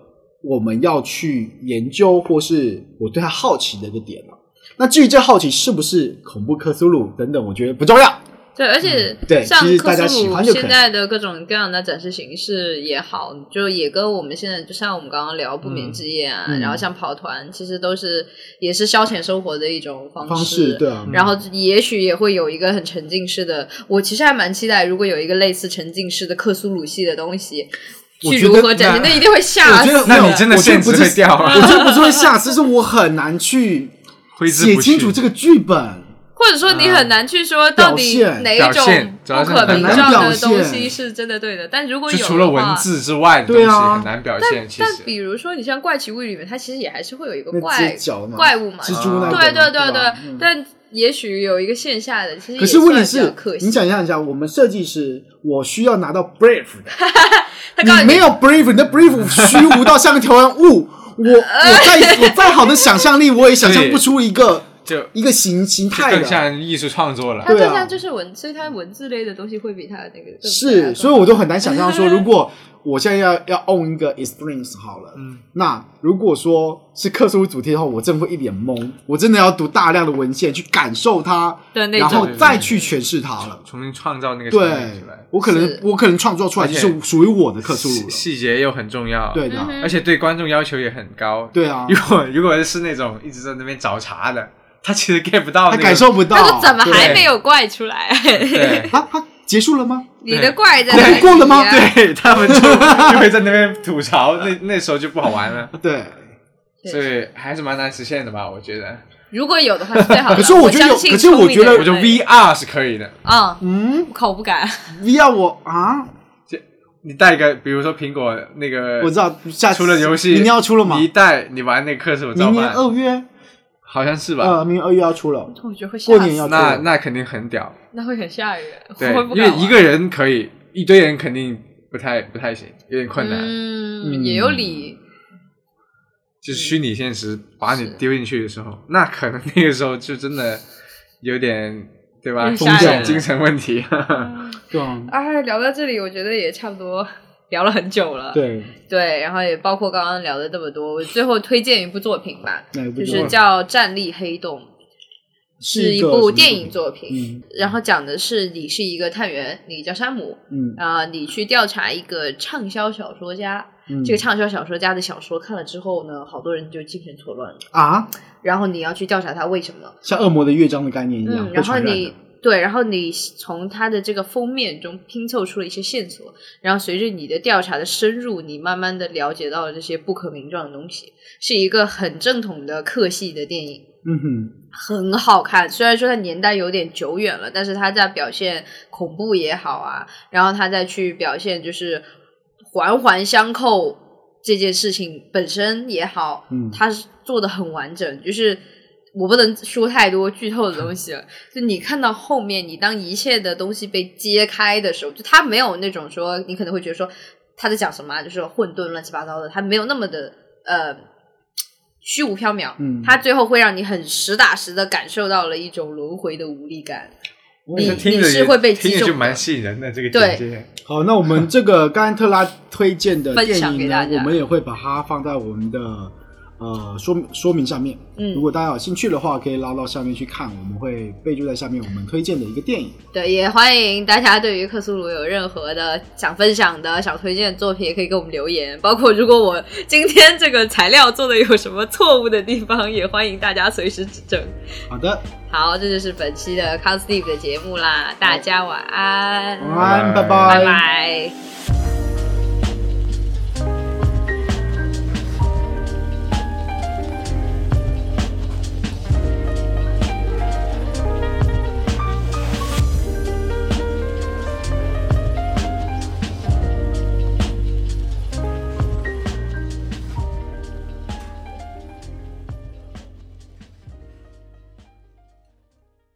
我们要去研究，或是我对它好奇的一个点啊。那至于这好奇是不是恐怖克苏鲁等等，我觉得不重要。对，而且嗯对像其实大克家苏喜鲁欢就可以现在的各种各样的展示形式也好，就也跟我们现在就像我们刚刚聊不眠之夜啊，嗯然后像跑团，其实都是也是消遣生活的一种方嗯方式对啊，然后也许也会有一个很沉浸式的，我其实还蛮期待，如果有一个类似沉浸式的克苏鲁系的东西，我去觉如得何展现，那那一定会吓我死觉得的。那你真的我觉得限不制是会掉啊 [laughs] 我， [laughs] 觉得不是会吓，只是我很难去挥之写不清去楚这个剧本。或者说你很难去说到底表现哪一种表现主要不是可很名难状的表东现西是真的对的，但如果有就的除了文话。字之外的啊东对西啊很难表现。其但实比如说，你像《怪奇物语》里面，它其实也还是会有一个那怪只脚嘛，怪物嘛，蜘蛛那个嘛对对对对吧嗯但也许有一个线下的，其实可也是算问题比较是可，惜你想象一下，我们设计师，我需要拿到 brave 的，他告诉你没有 brave，你的 brave 虚无到像个条纹物。我我再我再好的想象力，我也想象不出一个就一个形形就态更的。像艺术创作了它对。啊更像就是文，所以它文字类的东西会比它的那个更复杂是，所以我就很难想象说，如果我现在要要 own 一个 extremes 好了，嗯那如果说是克苏鲁主题的话，我真的会一脸懵。我真的要读大量的文献去感受它，对那然后种再去诠释它了。重新创造那个场景对出来，我可能是我可能创作出来就而是且属于我的克苏鲁细了。细节又很重要，对的啊，嗯而且对观众要求也很高。对啊 [laughs] 如，果如果是那种一直在那边找茬的，他其实 get 不到、他那个，感受不到。他说怎么对还没有怪出来？ [laughs] 对啊？他结束了吗？ [laughs] 你的怪在对哪里、啊？过了吗对，对他们就就会在那边吐槽， [laughs] 那那时候就不好玩了，对，所以还是蛮难实现的吧，我觉得。如果有的话是最好的。可是我我觉得有相信可是我觉得聪我明觉的得人 VR 是可以的，啊、嗯口不敢。 [laughs] ，VR 我啊，你带一个，比如说苹果那个，我知道下次出了游戏，明年要出了吗你一？带你玩那个克手明召年唤，二月，好像是吧？呃，明年二月要出了，我觉得会吓过年死，要出那了。那肯定很屌，那会很吓人，对我会，不因敢为玩一个人可以，一堆人肯定不太不太行，有点困难。嗯，嗯也有理。就是虚拟现实把你是丢进去的时候，那可能那个时候就真的有点对吧？有点精吓神人精神问题。对啊哎，聊到这里，我觉得也差不多聊了很久了。对，对，然后也包括刚刚聊的这么多，我最后推荐一部作品吧，那也 [laughs] 不就知是道叫《站立黑洞》，是一一个部什么电影作品。嗯然后讲的是你是一个探员，你叫山姆，嗯啊、你去调查一个畅销小说家。嗯，这个畅销小说家的小说看了之后呢，好多人就精神错乱了。啊，然后你要去调查他为什么，像恶魔的乐章的概念一样，嗯，会然后传染你的。对，然后你从他的这个封面中拼凑出了一些线索，然后随着你的调查的深入，你慢慢的了解到了这些不可名状的东西，是一个很正统的克系的电影。嗯哼，很好看，虽然说它年代有点久远了，但是它在表现恐怖也好啊，然后它再去表现就是环环相扣这件事情本身也好，嗯它是做的很完整，就是。我不能说太多剧透的东西了，就你看到后面，你当一切的东西被揭开的时候，就它没有那种说你可能会觉得说他在讲什么、啊，就是混沌乱七八糟的，它没有那么的呃虚无缥缈，嗯它最后会让你很实打实的感受到了一种轮回的无力感。你 [laughs] 哎听你着是也会被击听着中就的蛮吸引人的这个对简介。好，那我们这个甘安特拉推荐的分电享影给呢大，家我们也会把它放在我们的呃说明说明上面。如嗯，果大家有兴趣的话，可以拉到下面去看，我们会备注在下面我们推荐的一个电影。对，也欢迎大家对于克苏鲁有任何的想分享的、想推荐的作品，也可以给我们留言。包括如果我今天这个材料做的有什么错误的地方，也欢迎大家随时指正。好的，好，这就是本期的 Cos Steve 的节目啦，大家晚安，晚安，拜拜拜拜。